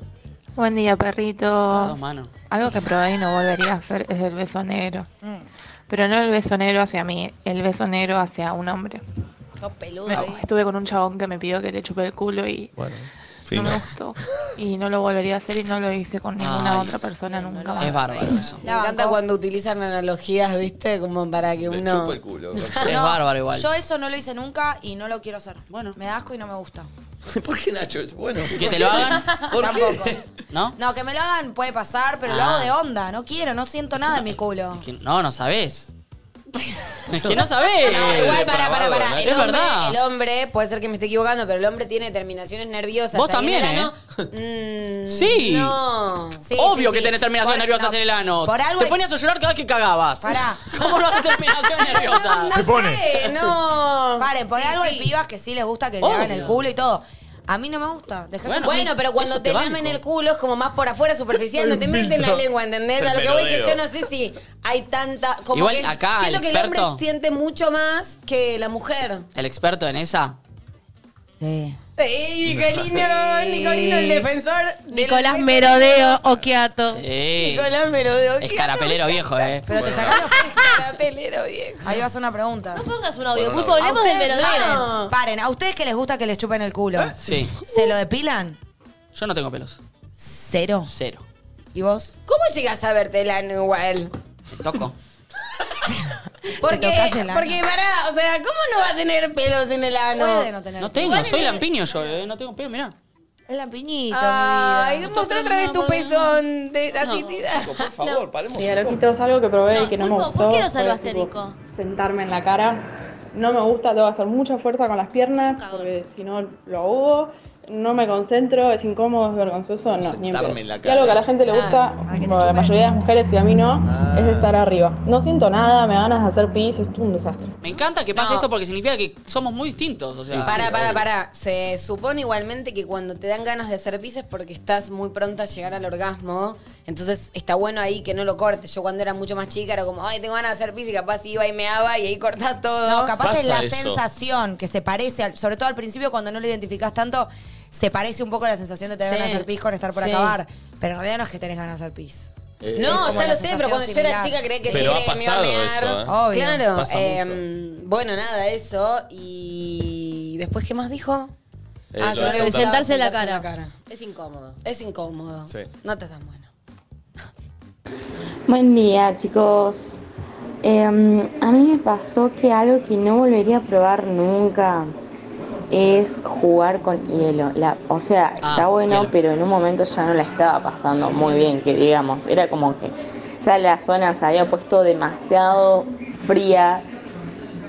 Speaker 10: Buen día,
Speaker 11: Ah.
Speaker 3: A
Speaker 10: perritos.
Speaker 3: dos manos.
Speaker 10: Algo que probé y no volvería a hacer es el beso negro. Pero no el beso negro hacia mí, el beso negro hacia un hombre.
Speaker 2: Todo peludo.
Speaker 10: Me-
Speaker 2: ahí.
Speaker 10: estuve con un chabón que me pidió que le chupe el culo y
Speaker 7: Bueno,
Speaker 10: no
Speaker 7: fin.
Speaker 10: me gustó. Y no lo volvería a hacer y no lo hice con ninguna
Speaker 3: Ay,
Speaker 10: otra persona nunca más.
Speaker 3: Es bárbaro eso.
Speaker 6: Me
Speaker 2: La
Speaker 6: encanta
Speaker 2: banco.
Speaker 6: cuando utilizan analogías, ¿viste? Como para que
Speaker 7: Le
Speaker 6: uno.
Speaker 7: chupo el culo.
Speaker 3: Es bárbaro igual.
Speaker 2: Yo eso no lo hice nunca y no lo quiero hacer. Bueno. Me da asco y no me gusta.
Speaker 7: ¿Por qué Nacho? Es bueno.
Speaker 3: ¿Que te lo hagan?
Speaker 2: Tampoco.
Speaker 3: ¿No?
Speaker 2: No, que me lo hagan puede pasar, pero lo
Speaker 3: Ah.
Speaker 2: hago de onda. No quiero, no siento nada en mi culo.
Speaker 3: Que- No, no sabés. Es que no sabés.
Speaker 6: No, igual, para, para,
Speaker 7: Nacho.
Speaker 6: para. El
Speaker 3: Es
Speaker 6: hombre,
Speaker 3: verdad.
Speaker 6: el hombre, puede ser que me esté equivocando, pero el hombre tiene terminaciones nerviosas.
Speaker 3: Vos
Speaker 6: ahí en el
Speaker 3: también, ¿eh?
Speaker 6: ano. Mm,
Speaker 3: Sí.
Speaker 6: No.
Speaker 2: Sí,
Speaker 3: Obvio
Speaker 2: sí,
Speaker 3: que
Speaker 2: sí.
Speaker 3: tenés terminaciones
Speaker 2: Por-
Speaker 3: nerviosas
Speaker 2: no,
Speaker 3: en el ano.
Speaker 2: Por algo.
Speaker 3: Te ponías a llorar cada vez que cagabas.
Speaker 2: Pará.
Speaker 3: ¿Cómo no haces terminaciones nerviosas?
Speaker 5: Se pone.
Speaker 6: Eh, no.
Speaker 2: Paren, por algo hay pibas que sí les gusta que le
Speaker 3: Obvio.
Speaker 2: hagan el culo y todo. A mí no me gusta. Dejá
Speaker 3: Bueno,
Speaker 2: que me-
Speaker 6: Bueno, pero cuando
Speaker 3: eso
Speaker 6: te,
Speaker 3: te banco.
Speaker 6: lamen el culo es como más por afuera superficial, no te meten la lengua, ¿entendés?
Speaker 7: Es el
Speaker 6: A lo que voy que
Speaker 7: menudeo.
Speaker 6: yo no sé si hay tanta. Como
Speaker 3: Igual
Speaker 6: que
Speaker 3: acá
Speaker 6: siento
Speaker 3: el
Speaker 6: que el
Speaker 3: experto-
Speaker 6: hombre siente mucho más que la mujer.
Speaker 3: El experto en esa.
Speaker 2: Sí.
Speaker 6: ¡Ey, Nicolino!
Speaker 4: Nicolino, el
Speaker 6: defensor.
Speaker 4: Nicolás Merodeo oh, Okiato.
Speaker 3: Sí.
Speaker 6: Merodeo.
Speaker 3: Escarapelero viejo, eh.
Speaker 2: Pero te sacás los pies.
Speaker 6: pelero, viejo.
Speaker 2: Ahí vas a hacer una pregunta.
Speaker 4: No pongas un audio, pulpo,
Speaker 2: A
Speaker 4: hablemos del
Speaker 2: ustedes,
Speaker 4: merodeo.
Speaker 2: paren, paren, ¿a ustedes que les gusta que les chupen el culo?
Speaker 3: Sí.
Speaker 2: ¿Se lo depilan?
Speaker 3: Yo no tengo pelos.
Speaker 2: Cero.
Speaker 3: Cero.
Speaker 2: ¿Y vos?
Speaker 6: ¿Cómo llegas a verte el ano igual?
Speaker 3: Te toco.
Speaker 2: Te
Speaker 6: Porque,
Speaker 2: tocas el ano.
Speaker 6: porque pará, o sea, ¿cómo no va a tener pelos en el ano?
Speaker 2: Puede no tener.
Speaker 3: No tengo, soy lampiño yo, eh. No tengo pelos, mirá.
Speaker 2: Es lampiñito, mi
Speaker 6: Ay,
Speaker 2: vida.
Speaker 6: mostrá otra vez tu pezón de así tirado.
Speaker 7: Por favor, paremos.
Speaker 10: Sí,
Speaker 7: un
Speaker 10: a
Speaker 7: poco.
Speaker 10: loquitos, algo que probé
Speaker 4: No,
Speaker 10: y que no
Speaker 4: Pulpo,
Speaker 10: me
Speaker 4: ¿por
Speaker 10: gustó.
Speaker 4: qué
Speaker 10: fue,
Speaker 4: lo salvaste,
Speaker 10: tipo,
Speaker 4: Nico?
Speaker 10: Sentarme en la cara. No me gusta, tengo que hacer mucha fuerza con las piernas,
Speaker 4: cagón.
Speaker 10: porque si no lo hubo. no me concentro, es incómodo, es vergonzoso, no, ni en pedo.
Speaker 7: Sentarme en la
Speaker 10: Y algo
Speaker 7: casa.
Speaker 10: que a la gente le gusta, como a la mayoría de las mujeres y a mí no,
Speaker 7: Ah.
Speaker 10: es estar arriba. No siento nada, me dan ganas de hacer pis, es un desastre.
Speaker 3: Me encanta que pase esto porque significa que somos muy distintos. O sea,
Speaker 6: Para, para, para. Se supone igualmente que cuando te dan ganas de hacer pis es porque estás muy pronta a llegar al orgasmo. Entonces está bueno ahí que no lo cortes. Yo cuando era mucho más chica era como, ay, tengo ganas de hacer pis y capaz iba y meaba y ahí cortás todo.
Speaker 2: No, capaz es la
Speaker 6: sensación.
Speaker 2: sensación que se parece, al- sobre todo al principio cuando no lo identificás tanto, se parece un poco a la sensación de tener
Speaker 6: Sí.
Speaker 2: ganas de hacer pis con estar por
Speaker 6: Sí.
Speaker 2: acabar. Pero en realidad no es que tenés ganas de hacer pis. Es
Speaker 7: Eh,
Speaker 6: No,
Speaker 2: como
Speaker 6: ya
Speaker 2: la
Speaker 6: lo sé, pero
Speaker 2: sensación
Speaker 6: cuando yo era
Speaker 2: similar.
Speaker 6: chica creía que
Speaker 7: Pero
Speaker 6: sí,
Speaker 7: ha
Speaker 6: creía que me iba a
Speaker 7: pasado
Speaker 6: mear.
Speaker 7: eso, ¿eh?
Speaker 2: Obvio.
Speaker 6: Claro.
Speaker 7: Pasa
Speaker 6: eh, bueno, nada, eso. Y después, ¿qué más dijo?
Speaker 7: Eh,
Speaker 6: Ah,
Speaker 7: lo de
Speaker 6: claro, sentarse
Speaker 7: sentarse.
Speaker 4: Sentarse en la
Speaker 6: Sentarse
Speaker 4: cara.
Speaker 6: en la cara.
Speaker 4: Es incómodo.
Speaker 6: Es incómodo.
Speaker 7: Sí.
Speaker 6: No te dan bueno.
Speaker 11: Buen día, chicos. Eh, a mí me pasó que algo que no volvería a probar nunca es jugar con hielo. La- o sea,
Speaker 3: Ah,
Speaker 11: está bueno, pero en un momento ya no la estaba pasando muy bien, que digamos. Era como que ya la zona se había puesto demasiado fría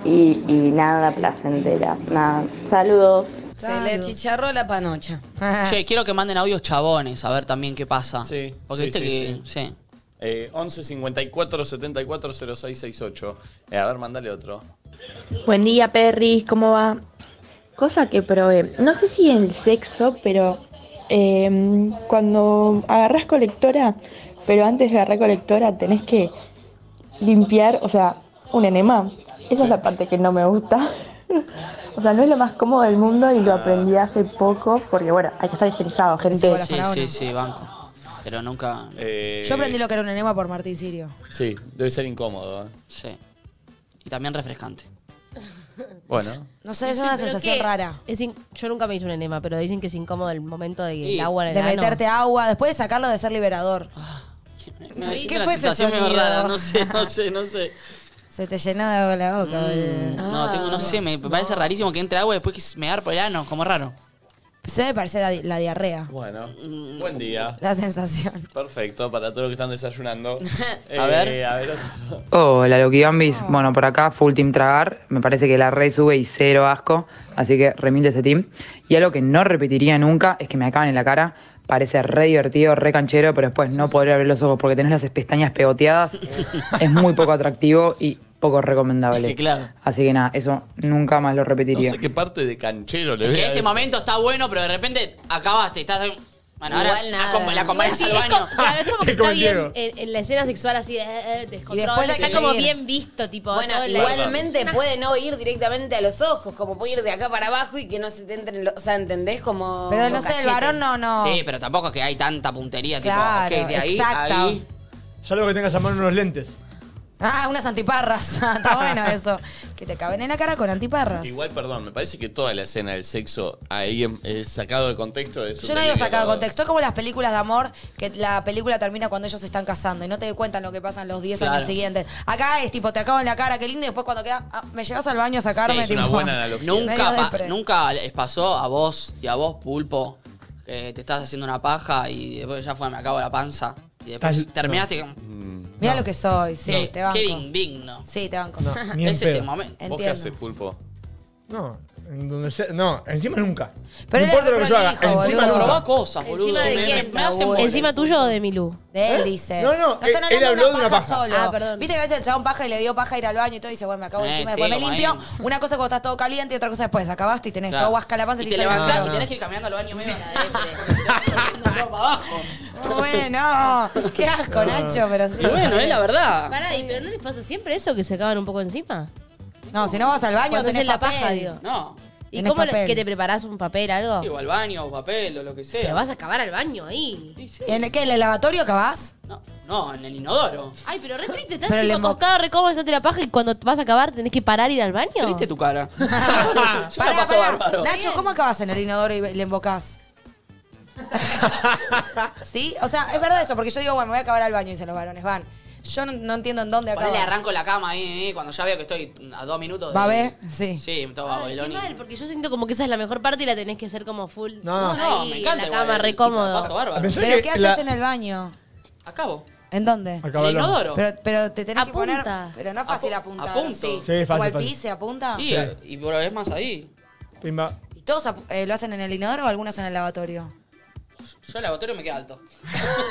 Speaker 11: y, y nada placentera. Nada. Saludos.
Speaker 6: Se le chicharró la panocha.
Speaker 3: Che, quiero que manden audios chabones a ver también qué pasa. Sí. Porque
Speaker 7: sí,
Speaker 3: viste
Speaker 7: sí,
Speaker 3: que.
Speaker 7: sí.
Speaker 3: sí.
Speaker 7: Eh, 11 54 74 0668. Eh, a ver, mándale otro.
Speaker 12: Buen día, Perris, ¿cómo va? Cosa que probé, no sé si en el sexo, pero eh, cuando agarras colectora, pero antes de agarrar colectora tenés que limpiar, o sea, un enema. Esa es la parte que no me gusta. o sea, no es lo más cómodo del mundo y lo aprendí hace poco, porque bueno, hay que estar higienizado, gente.
Speaker 3: Sí, sí, sí, banco. Pero nunca.
Speaker 2: Yo aprendí lo que era un enema por Martín Sirio.
Speaker 7: Eh, Sí, debe ser incómodo. ¿eh?
Speaker 3: Sí. Y también refrescante.
Speaker 7: Bueno.
Speaker 2: No sé, es una
Speaker 4: ¿Pero
Speaker 2: sensación
Speaker 4: qué?
Speaker 2: rara.
Speaker 4: Es in- Yo nunca me hice un enema, pero dicen que es incómodo el momento de
Speaker 2: Sí.
Speaker 4: el agua en el
Speaker 2: de
Speaker 4: ano.
Speaker 2: meterte agua, después de sacarlo de ser liberador.
Speaker 3: Me
Speaker 2: ¿Y
Speaker 3: sí,
Speaker 2: qué
Speaker 3: una
Speaker 2: fue ese
Speaker 3: sensación medio
Speaker 2: sonido?
Speaker 3: rara, No sé, no sé, no sé.
Speaker 2: Se te llenó de agua la
Speaker 7: Mm.
Speaker 2: boca, boludo.
Speaker 3: No, tengo, no sé, me parece rarísimo que entre agua y después que me dar por el ano, como raro.
Speaker 2: Se me parece la, di- la diarrea.
Speaker 7: Bueno, buen día.
Speaker 2: La sensación.
Speaker 7: Perfecto, para todos los que están desayunando. Eh,
Speaker 3: A ver.
Speaker 7: A ver otro.
Speaker 13: Hola, Loquibambis.
Speaker 4: Ah.
Speaker 13: Bueno, por acá, full team tragar. Me parece que la re sube y cero asco. Así que remite ese team. Y algo que no repetiría nunca es que me acaban en la cara. Parece re divertido, re canchero, pero después no poder abrir los ojos porque tenés las pestañas pegoteadas. es muy poco atractivo y poco recomendable.
Speaker 3: Es que claro.
Speaker 13: Así que nada, eso nunca más lo
Speaker 7: No
Speaker 13: repetiría.
Speaker 7: sé qué parte de canchero le
Speaker 3: Es
Speaker 7: veo.
Speaker 3: que
Speaker 7: a
Speaker 3: ese
Speaker 7: eso.
Speaker 3: momento está bueno, pero de repente acabaste. Estás. Bueno, ahora
Speaker 6: Igual nada.
Speaker 3: la acom- la acompañas
Speaker 4: Sí,
Speaker 3: al
Speaker 4: es
Speaker 3: baño.
Speaker 4: como- claro, es como que
Speaker 3: Es como
Speaker 4: está
Speaker 3: el
Speaker 4: bien eh,
Speaker 3: Diego.
Speaker 4: en, en la escena sexual así de eh, eh, descontrol,
Speaker 6: Y después hay
Speaker 4: está
Speaker 6: que
Speaker 4: como
Speaker 6: seguir.
Speaker 4: bien visto, tipo.
Speaker 6: Bueno,
Speaker 4: todo el-
Speaker 6: igualmente puede no ir directamente a los ojos, como puede ir de acá para abajo y que no se te entren los. O sea, ¿entendés?
Speaker 4: Oh,
Speaker 6: Como.
Speaker 2: Pero no
Speaker 6: como
Speaker 2: sé, el
Speaker 6: cachete.
Speaker 2: varón no, no.
Speaker 3: Sí, pero tampoco es que hay tanta puntería,
Speaker 2: Claro,
Speaker 3: tipo, ok, de ahí,
Speaker 2: exacto.
Speaker 3: ahí.
Speaker 5: Salvo que tengas a mano unos lentes.
Speaker 2: Ah, unas antiparras. Está bueno eso. Que te caben en la cara con antiparras.
Speaker 7: Igual, perdón, me parece que toda la escena del sexo ahí em- eh, sacado de contexto es un
Speaker 2: Yo no digo
Speaker 7: delirio
Speaker 2: sacado de
Speaker 7: todo.
Speaker 2: contexto. Es como las películas de amor que la película termina cuando ellos se están casando y no te cuentan lo que pasa en los 10
Speaker 7: Claro.
Speaker 2: años siguientes. Acá es tipo, te acabo en la cara, qué lindo, y después cuando queda, ah, me llevas al baño a sacarme.
Speaker 7: Sí, es una
Speaker 2: tipo,
Speaker 7: buena analogía.
Speaker 2: Medio
Speaker 3: Nunca, pa-
Speaker 2: depre.
Speaker 3: nunca les pasó a vos y a vos, Pulpo, que te estás haciendo una paja y después ya fue, me acabo la panza. Y después
Speaker 5: Estás-
Speaker 3: terminaste con.
Speaker 2: Mira lo que soy, sí,
Speaker 3: Qué-
Speaker 2: te banco.
Speaker 3: Qué indigno.
Speaker 2: Sí, te banco.
Speaker 5: ni en
Speaker 3: Ese es el
Speaker 5: pedo.
Speaker 3: momento.
Speaker 7: ¿Vos qué haces, Pulpo?
Speaker 5: No, en donde sea- no, encima nunca.
Speaker 2: Pero
Speaker 5: no
Speaker 2: él
Speaker 5: importa
Speaker 2: es
Speaker 5: lo que yo haga,
Speaker 2: reprolijo,
Speaker 5: encima
Speaker 2: boludo.
Speaker 5: nunca.
Speaker 3: Probá cosas, boludo.
Speaker 4: ¿Encima de
Speaker 3: Me-
Speaker 4: quién?
Speaker 3: me hacen
Speaker 4: Bueno.
Speaker 3: boludo.
Speaker 4: ¿Encima tuyo o de Milú?
Speaker 2: De él dice.
Speaker 4: No, no,
Speaker 2: están
Speaker 4: él- él
Speaker 2: hablando
Speaker 4: habló de una paja.
Speaker 2: solo.
Speaker 4: Ah, perdón.
Speaker 2: ¿Eh? Viste que a veces el chabón paja y le dio paja ir al baño y todo y dice, bueno, me acabo
Speaker 3: Eh,
Speaker 2: encima,
Speaker 3: sí,
Speaker 2: después me
Speaker 3: como
Speaker 2: limpio.
Speaker 3: es.
Speaker 2: Una cosa cuando estás todo caliente y otra cosa después. Acabaste y tenés
Speaker 3: Claro.
Speaker 2: todo guasca en la panza
Speaker 3: Y te
Speaker 2: dice,
Speaker 3: levantás
Speaker 2: no.
Speaker 3: y tenés que ir caminando al baño medio a la depre. Todo para abajo.
Speaker 2: Bueno, qué asco, Nacho, pero sí.
Speaker 3: Y bueno, es la verdad.
Speaker 4: Pará, ¿y pero no les pasa siempre eso que se acaban un poco encima?
Speaker 2: No, si no vas al baño,
Speaker 4: Cuando
Speaker 2: tenés
Speaker 4: haces la paja,
Speaker 2: papel.
Speaker 4: digo.
Speaker 3: No.
Speaker 4: ¿Y
Speaker 2: Tenés
Speaker 4: cómo lo-
Speaker 2: papel.
Speaker 4: que te preparás un papel, algo?
Speaker 3: Digo, al baño, o papel o lo que sea.
Speaker 4: Pero vas a acabar al baño ahí.
Speaker 2: ¿En el, qué, ¿En el lavatorio acabás?
Speaker 3: No, en el inodoro.
Speaker 4: Ay, pero re triste, estás
Speaker 2: Pero le
Speaker 4: tipo
Speaker 2: mo-
Speaker 4: acostado, re cómodo, estás la paja y cuando vas a acabar tenés que parar ir al baño.
Speaker 3: Triste tu cara. Yo la
Speaker 2: Pará,
Speaker 3: paso
Speaker 2: pará.
Speaker 3: bárbaro.
Speaker 2: Nacho, ¿cómo acabas en el inodoro y le embocás? ¿Sí? O sea, es verdad eso, porque yo digo, bueno, me voy a acabar al baño, dicen los varones, van. Yo no, no entiendo en dónde
Speaker 3: Ponele,
Speaker 2: acabar.
Speaker 3: arranco la cama ahí, eh, cuando ya veo que estoy a dos minutos. de-
Speaker 2: ¿Va a ver? Sí.
Speaker 3: Sí, todo
Speaker 4: Ay, qué
Speaker 3: babilónico.
Speaker 4: mal, porque yo siento como que esa es la mejor parte y la tenés que hacer como full.
Speaker 5: No, no.
Speaker 3: No,
Speaker 4: ahí,
Speaker 3: me encanta.
Speaker 4: en la cama,
Speaker 3: igual,
Speaker 4: re cómodo.
Speaker 3: la Paso bárbaro.
Speaker 5: Pensé
Speaker 2: ¿Pero
Speaker 5: que
Speaker 2: qué haces
Speaker 5: la-
Speaker 2: en el baño?
Speaker 3: Acabo.
Speaker 2: ¿En dónde?
Speaker 5: Acabalo.
Speaker 3: El inodoro.
Speaker 2: Pero, pero te tenés que
Speaker 4: Apunta.
Speaker 2: poner. Pero no es fácil
Speaker 3: Apu-
Speaker 2: apuntar.
Speaker 3: apunto.
Speaker 2: Sí,
Speaker 5: Sí, fácil,
Speaker 2: Igual
Speaker 5: fácil.
Speaker 2: pis se apunta.
Speaker 3: Y, y por vez más ahí.
Speaker 5: Pimba.
Speaker 2: ¿Y ¿Todos ap- eh, lo hacen en el inodoro o algunos en el lavatorio?
Speaker 3: Yo el lavatorio me queda alto.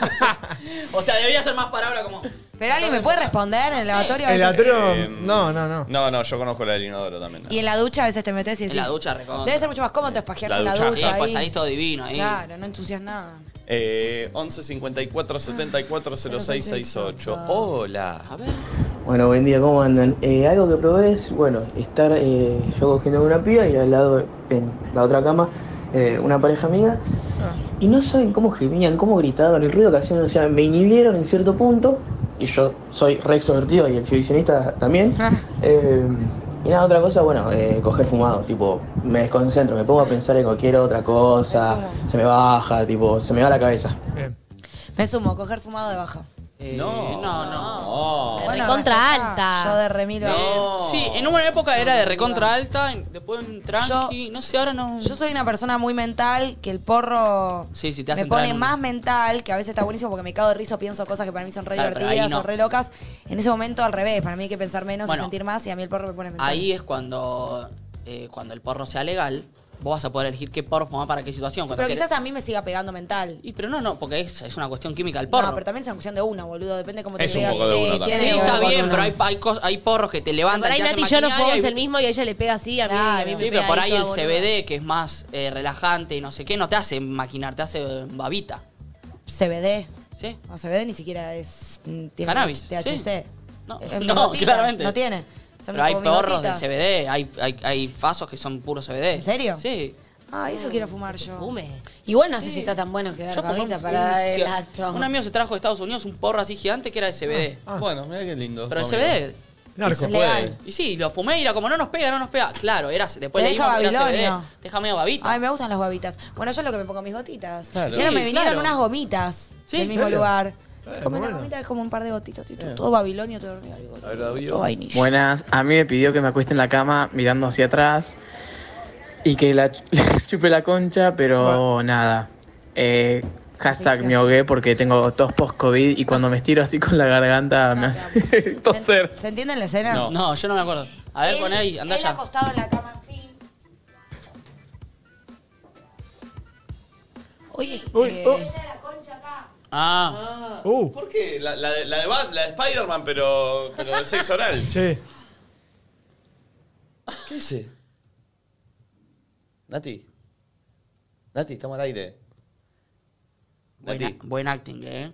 Speaker 3: o sea, debería ser más palabra como.
Speaker 2: Pero alguien me puede responder en el lavatorio. a
Speaker 5: El
Speaker 2: veces-
Speaker 5: atorio, no, no, no.
Speaker 7: No, no, yo conozco la del inodoro también.
Speaker 2: Y en la ducha a veces te metes y decís.
Speaker 7: En la ducha, recontra.
Speaker 2: Debe ser mucho más cómodo espajearse
Speaker 7: La
Speaker 2: en la
Speaker 7: ducha.
Speaker 2: ducha.
Speaker 7: Sí,
Speaker 2: ahí.
Speaker 7: pues salís todo divino ahí.
Speaker 2: Claro, no ensucias nada.
Speaker 7: Eh, 11
Speaker 2: Ah,
Speaker 7: 54 74 06 68. Hola.
Speaker 14: Bueno, buen día, ¿cómo andan? Eh, algo que probé es, bueno, estar eh, yo cogiendo con una piba y al lado, en la otra cama, eh, una pareja amiga. Y no saben cómo gemían, cómo gritaban, el ruido que hacían, o sea, me inhibieron en cierto punto. Y yo soy re extrovertido y exhibicionista también. Eh, y nada, otra cosa, bueno, eh, coger fumado, tipo, me desconcentro, me pongo a pensar en cualquier otra cosa, se me baja, tipo, se me va la cabeza.
Speaker 5: Eh,
Speaker 2: Me sumo, coger fumado de baja.
Speaker 3: no, Eh, no, no.
Speaker 4: De recontra
Speaker 2: está.
Speaker 4: alta.
Speaker 2: Ah. Yo de remilo.
Speaker 3: Sí, en una época era de recontra alta, y después un tranqui, no sé, ahora no.
Speaker 2: Yo soy una persona muy mental, que el porro
Speaker 3: Sí, sí, te
Speaker 2: me
Speaker 3: hace entrar
Speaker 2: pone
Speaker 3: en un-
Speaker 2: más mental, que a veces está buenísimo porque me cago de rizo, pienso cosas que para mí son re
Speaker 3: Claro, pero
Speaker 2: divertidas
Speaker 3: ahí no.
Speaker 2: o re locas. En ese momento al revés, para mí hay que pensar menos
Speaker 3: Bueno,
Speaker 2: y sentir más y a mí el porro me pone mental.
Speaker 3: Ahí es cuando, eh, cuando el porro sea legal, vos vas a poder elegir qué porro fumar para qué situación. cuando
Speaker 2: pero
Speaker 3: querés-
Speaker 2: quizás a mí me siga pegando mental.
Speaker 3: Y pero no, no, porque es, es una cuestión química el porro.
Speaker 2: No, pero también es una cuestión de una, boludo. Depende cómo te
Speaker 3: Es un
Speaker 2: pega.
Speaker 3: poco de una también. Sí, está bien, pero hay, hay, cos- hay porros que te levantan,
Speaker 4: Por ahí
Speaker 3: te hacen
Speaker 4: Nati y yo nos
Speaker 3: maquinaria
Speaker 4: jugamos
Speaker 3: y-
Speaker 4: el mismo y a ella le pega así, a mí, a mí me
Speaker 3: Sí,
Speaker 4: pega
Speaker 3: pero por ahí el
Speaker 4: toda boluda.
Speaker 3: CBD, que es más eh, relajante y no sé qué, no te hace maquinar, te hace babita.
Speaker 2: CBD.
Speaker 3: Sí.
Speaker 2: No, CBD ni siquiera es. mm, Tiene
Speaker 3: Cannabis,
Speaker 2: THC.
Speaker 3: sí.
Speaker 2: No,
Speaker 3: no, claramente.
Speaker 2: No tiene. Son
Speaker 3: Pero hay
Speaker 2: como
Speaker 3: porros de
Speaker 2: bigotitas.
Speaker 3: CBD, hay, hay, hay fasos que son puro CBD. ¿En
Speaker 2: serio?
Speaker 3: Sí.
Speaker 2: Ah, eso quiero fumar yo.
Speaker 6: Igual no sé si está tan bueno quedar babita para el acto.
Speaker 3: Un amigo se trajo de Estados Unidos un porro así gigante que era de CBD. Bueno, mirá qué
Speaker 1: Ah.
Speaker 3: lindo. Ah. Pero el
Speaker 7: tu
Speaker 3: CBD.
Speaker 7: amigo. Narco.
Speaker 3: se
Speaker 7: Es
Speaker 3: puede.
Speaker 7: legal.
Speaker 3: Y sí, lo fumé y era como no nos pega, no nos pega. Claro, era, después
Speaker 2: Te
Speaker 3: le
Speaker 2: deja
Speaker 3: dimos era
Speaker 2: Babilonia.
Speaker 3: CBD. Deja medio babita.
Speaker 2: Ay, me gustan las babitas. Bueno, yo lo que me pongo mis gotitas.
Speaker 3: Claro.
Speaker 2: Y ahora
Speaker 3: Sí,
Speaker 2: me vinieron
Speaker 3: claro.
Speaker 2: unas gomitas
Speaker 3: Sí,
Speaker 2: del mismo
Speaker 3: claro.
Speaker 2: lugar.
Speaker 3: Claro,
Speaker 2: Como una
Speaker 3: bueno. Eh.
Speaker 2: gomita es como un par de gotitas. y todo Babilonio, todo dormido.
Speaker 7: A ver, David.
Speaker 14: Buenas, a mí me pidió que me acueste en la cama mirando hacia atrás y que la le chupe la concha, pero nada. Eh, hashtag me ahogué porque tengo tos post-COVID y cuando me estiro así con la garganta me hace toser.
Speaker 2: ¿Se entiende la escena?
Speaker 3: No. No, yo no me acuerdo. A ver, poné ahí, andá
Speaker 2: él
Speaker 3: ya.
Speaker 2: acostado en la cama así.
Speaker 6: Oye,
Speaker 7: Uy, oh.
Speaker 5: oh,
Speaker 3: Ah.
Speaker 5: uh,
Speaker 7: ¿Por qué? La, la de, la de Bat- la de Spider-Man, pero, pero del sexo oral.
Speaker 5: Sí.
Speaker 7: ¿Qué dice? Nati. Nati, estamos al aire.
Speaker 3: Buen, buen acting, ¿eh?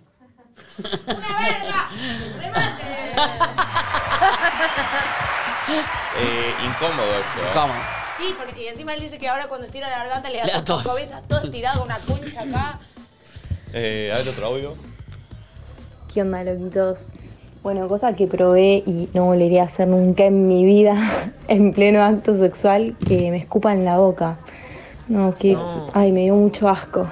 Speaker 7: Eh, incómodo eso. ¿eh?
Speaker 3: Incómodo.
Speaker 2: Sí, porque encima él dice que ahora cuando estira la garganta le da,
Speaker 7: Le da tos.
Speaker 2: COVID, está todo estirado, una concha acá.
Speaker 7: Eh, a ver otro audio.
Speaker 11: ¿Qué onda, loquitos? Bueno, cosa que probé y no volvería a hacer nunca en mi vida, en pleno acto sexual, que me escupan la boca. No, que. Ay, me dio mucho asco.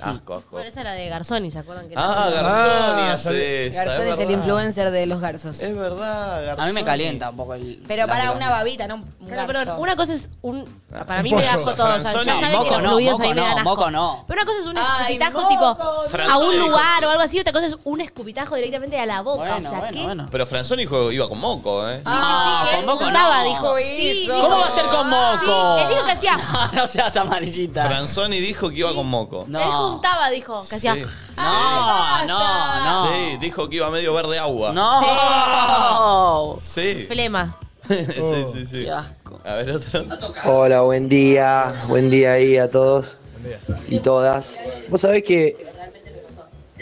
Speaker 7: Asco, asco.
Speaker 4: Bueno, esa era de Garzoni, ¿se acuerdan? Que
Speaker 7: Ah, Garzón y hace esa,
Speaker 6: Ah, Garzón es, el
Speaker 7: verdad.
Speaker 6: influencer de los garzos.
Speaker 7: Es verdad,
Speaker 3: A mí me calienta un poco el.
Speaker 2: Pero
Speaker 3: la
Speaker 2: para
Speaker 3: garganta.
Speaker 2: una babita, no un
Speaker 4: Claro,
Speaker 2: garzo.
Speaker 4: pero una cosa es un. Para
Speaker 3: un
Speaker 4: mí me da
Speaker 3: pollo.
Speaker 4: asco todo. O sea,
Speaker 3: Franzoni.
Speaker 4: ya saben que
Speaker 3: Moco
Speaker 4: los
Speaker 3: no,
Speaker 4: fluidos a mí
Speaker 3: moco
Speaker 4: me dan
Speaker 3: no,
Speaker 4: asco.
Speaker 3: moco no.
Speaker 4: Pero una cosa es un
Speaker 2: Ay,
Speaker 4: escupitajo
Speaker 2: moco,
Speaker 4: tipo
Speaker 7: Franzoni.
Speaker 4: a un lugar o algo así, otra cosa es un escupitajo directamente a la boca. o sea, ¿qué?
Speaker 7: Pero Franzón dijo iba con moco, ¿eh?
Speaker 3: Ah,
Speaker 4: Sí,
Speaker 3: con moco no.
Speaker 4: Estaba, dijo.
Speaker 6: Sí,
Speaker 3: ¿Cómo va a ser con moco?
Speaker 4: Sí, él dijo que hacía.
Speaker 3: No, no seas amarillita.
Speaker 7: Franzoni dijo que iba con moco.
Speaker 4: Él juntaba, dijo, que hacía.
Speaker 7: Sí.
Speaker 3: No, no, no.
Speaker 7: Sí, dijo que iba medio verde agua.
Speaker 3: No.
Speaker 7: Sí.
Speaker 4: Flema.
Speaker 7: sí, sí, sí.
Speaker 3: Qué
Speaker 7: A ver otro.
Speaker 15: Hola, buen día. Buen día ahí a todos y todas. Vos sabés que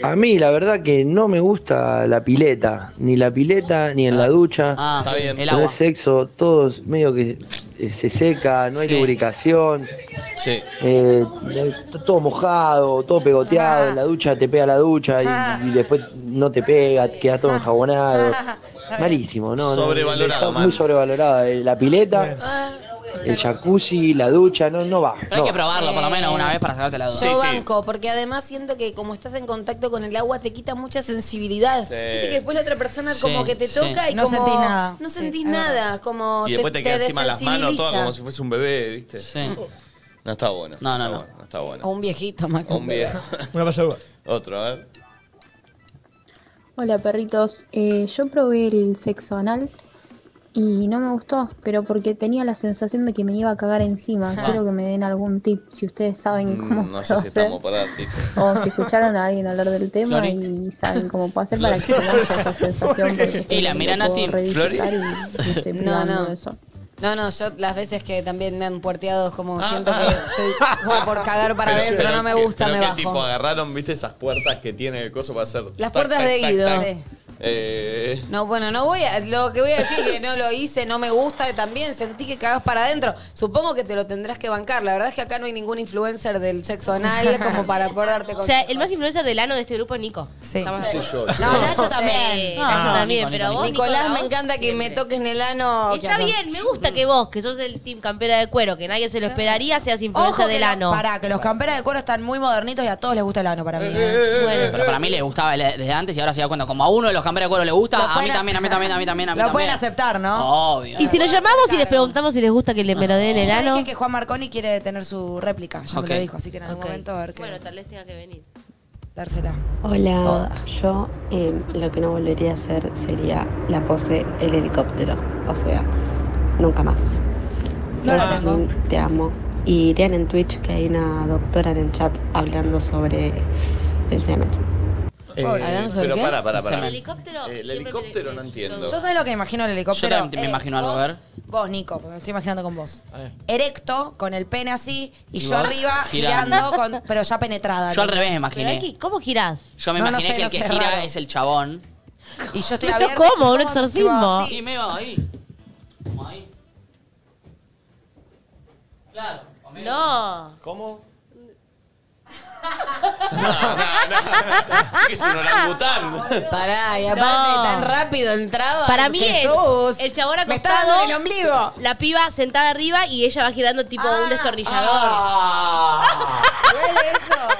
Speaker 15: a mí la verdad que no me gusta la pileta. Ni la pileta, ni en la ducha.
Speaker 3: Ah, está bien. El
Speaker 15: No
Speaker 3: agua.
Speaker 15: es sexo, todo es medio que eh, se seca, no hay lubricación.
Speaker 7: Sí.
Speaker 15: está todo mojado, todo pegoteado. En la ducha te pega la ducha y, y después no te pega, quedas todo enjabonado. Malísimo, ¿no? no,
Speaker 7: Sobrevalorado,
Speaker 15: está
Speaker 7: mal.
Speaker 15: Muy sobrevalorada. eh, La pileta. El jacuzzi, la ducha, no, no va.
Speaker 3: Pero hay
Speaker 15: no
Speaker 3: que
Speaker 15: va.
Speaker 3: probarlo por lo menos una vez para sacarte la
Speaker 6: Yo
Speaker 3: duda.
Speaker 6: banco, porque además siento que como estás en contacto con el agua te quita mucha sensibilidad. Viste que después la otra persona
Speaker 3: Sí,
Speaker 6: como que te
Speaker 3: sí.
Speaker 6: toca y
Speaker 2: No
Speaker 6: como-
Speaker 2: sentís nada.
Speaker 6: No
Speaker 2: Sí,
Speaker 6: sentís
Speaker 2: es verdad.
Speaker 6: nada, como
Speaker 7: Y después te queda encima las manos todas
Speaker 6: desensibiliza.
Speaker 7: como si fuese un bebé, ¿viste?
Speaker 3: Sí.
Speaker 7: No está bueno.
Speaker 3: No, no,
Speaker 7: está
Speaker 3: no.
Speaker 7: bueno, no está bueno.
Speaker 6: O un viejito más que
Speaker 7: Un viejo.
Speaker 5: Una pasada.
Speaker 7: Otro, a ver.
Speaker 16: Hola perritos, Eh, yo probé el sexo anal y no me gustó, pero porque tenía la sensación de que me iba a cagar encima.
Speaker 3: Ah.
Speaker 16: Quiero que me den algún tip, si ustedes saben cómo
Speaker 7: Mm, No sé
Speaker 16: puedo
Speaker 7: si
Speaker 16: hacer,
Speaker 7: estamos para dar tips.
Speaker 16: o si escucharon a alguien hablar del tema y saben cómo puedo hacer para que se vaya esa sensación. Porque
Speaker 3: Y la
Speaker 16: siempre
Speaker 3: miran
Speaker 16: lo
Speaker 3: a
Speaker 16: puedo
Speaker 3: ti.
Speaker 16: reedificar y, y estoy
Speaker 6: No,
Speaker 16: privando
Speaker 6: no.
Speaker 16: de eso.
Speaker 6: No, no, yo las veces que también me han puerteado, como siento que estoy como por cagar para
Speaker 7: Ah. Pero-
Speaker 6: adentro, no me gusta,
Speaker 7: pero
Speaker 6: me
Speaker 7: que
Speaker 6: bajo.
Speaker 7: tipo agarraron, viste, esas puertas que tiene el coso para hacer.
Speaker 6: Las
Speaker 7: tac,
Speaker 6: puertas
Speaker 7: tac,
Speaker 6: de
Speaker 7: tac,
Speaker 6: Guido.
Speaker 7: tac.
Speaker 6: Sí.
Speaker 7: Eh,
Speaker 6: No, bueno, no voy a. Lo que voy a decir es que no lo hice, no me gusta, también sentí que cagás para adentro. Supongo que te lo tendrás que bancar. La verdad es que acá no hay ningún influencer del sexo anal como para poder darte
Speaker 4: O sea, el más influencer del ano de este grupo es Nico. Sí.
Speaker 7: Sí, yo, sí.
Speaker 4: No, Nacho también.
Speaker 6: No,
Speaker 4: Nacho
Speaker 2: Ah,
Speaker 6: no,
Speaker 4: también,
Speaker 6: Nico,
Speaker 4: pero
Speaker 6: Nico,
Speaker 4: vos.
Speaker 6: Nico. Nicolás, me
Speaker 4: vos
Speaker 6: encanta que
Speaker 4: siempre.
Speaker 6: me toques en el ano.
Speaker 4: Está
Speaker 6: que no.
Speaker 4: bien, me gusta que vos, que sos el team campera de cuero, que nadie se lo esperaría, seas
Speaker 2: Ojo
Speaker 4: influencer
Speaker 2: que
Speaker 4: del
Speaker 2: lo-
Speaker 4: ano.
Speaker 2: Pará, que los camperas de cuero están muy modernitos y a todos les gusta el ano para mí. ¿eh?
Speaker 3: Pero para mí le gustaba le- desde antes y ahora se da cuenta. Como a uno de los camperos de cuero le gusta,
Speaker 2: Lo
Speaker 3: a mí
Speaker 2: pueden
Speaker 3: también, a mí
Speaker 2: aceptar.
Speaker 3: también, a mí también. A mí
Speaker 2: Lo pueden
Speaker 3: también. Oh.
Speaker 2: aceptar, ¿no?
Speaker 3: Obvio.
Speaker 4: Y si nos llamamos y les preguntamos si les gusta que le melodeen el
Speaker 2: Ya dije
Speaker 4: ano.
Speaker 2: que Juan Marconi quiere tener su réplica, ya
Speaker 4: Ok.
Speaker 2: me lo dijo, así que en algún momento a ver qué. Bueno,
Speaker 4: tal vez tenga que venir.
Speaker 2: Dársela.
Speaker 11: Hola, yo eh, lo que no volvería a hacer sería la pose el helicóptero, o sea, nunca más.
Speaker 2: No la
Speaker 11: Martín, Te amo. Y lean en Twitch que hay una doctora en el chat hablando sobre el semen.
Speaker 7: eh,
Speaker 11: ¿Hablamos sobre
Speaker 7: pero
Speaker 11: qué?
Speaker 7: para, para,
Speaker 11: El
Speaker 7: para.
Speaker 4: helicóptero
Speaker 7: Eh, el helicóptero no entiendo.
Speaker 2: Yo sé lo que imagino el helicóptero.
Speaker 3: Yo también me
Speaker 2: Eh,
Speaker 3: imagino algo, a ver.
Speaker 2: Vos, Nico, porque me estoy imaginando con vos. Erecto, con el pene así, y,
Speaker 3: Y
Speaker 2: yo
Speaker 3: vos
Speaker 2: arriba
Speaker 3: girando.
Speaker 2: girando, con- pero ya penetrada.
Speaker 3: Yo al
Speaker 2: ¿entendés?
Speaker 3: revés me imaginé.
Speaker 4: Pero hay que- ¿cómo girás?
Speaker 3: Yo me
Speaker 2: No, no
Speaker 3: imaginé
Speaker 2: sé,
Speaker 3: que
Speaker 2: no
Speaker 3: el que
Speaker 2: sé,
Speaker 3: gira
Speaker 2: raro.
Speaker 3: es el chabón.
Speaker 2: Y yo estoy
Speaker 4: Pero
Speaker 2: abierta.
Speaker 4: ¿cómo? Un
Speaker 2: Tipo
Speaker 4: exorcismo.
Speaker 2: así.
Speaker 3: Y me va ahí. Como ahí. Claro.
Speaker 4: No.
Speaker 7: ¿Cómo? Es un orangután.
Speaker 6: Pará, y aparte
Speaker 4: No.
Speaker 6: tan rápido entraba.
Speaker 4: Para mí es
Speaker 6: Jesús.
Speaker 4: el chabón
Speaker 6: Me está dando
Speaker 4: acostado,
Speaker 6: en el ombligo.
Speaker 4: la piba sentada arriba y ella va girando tipo un destornillador.
Speaker 6: ah,
Speaker 7: Ah,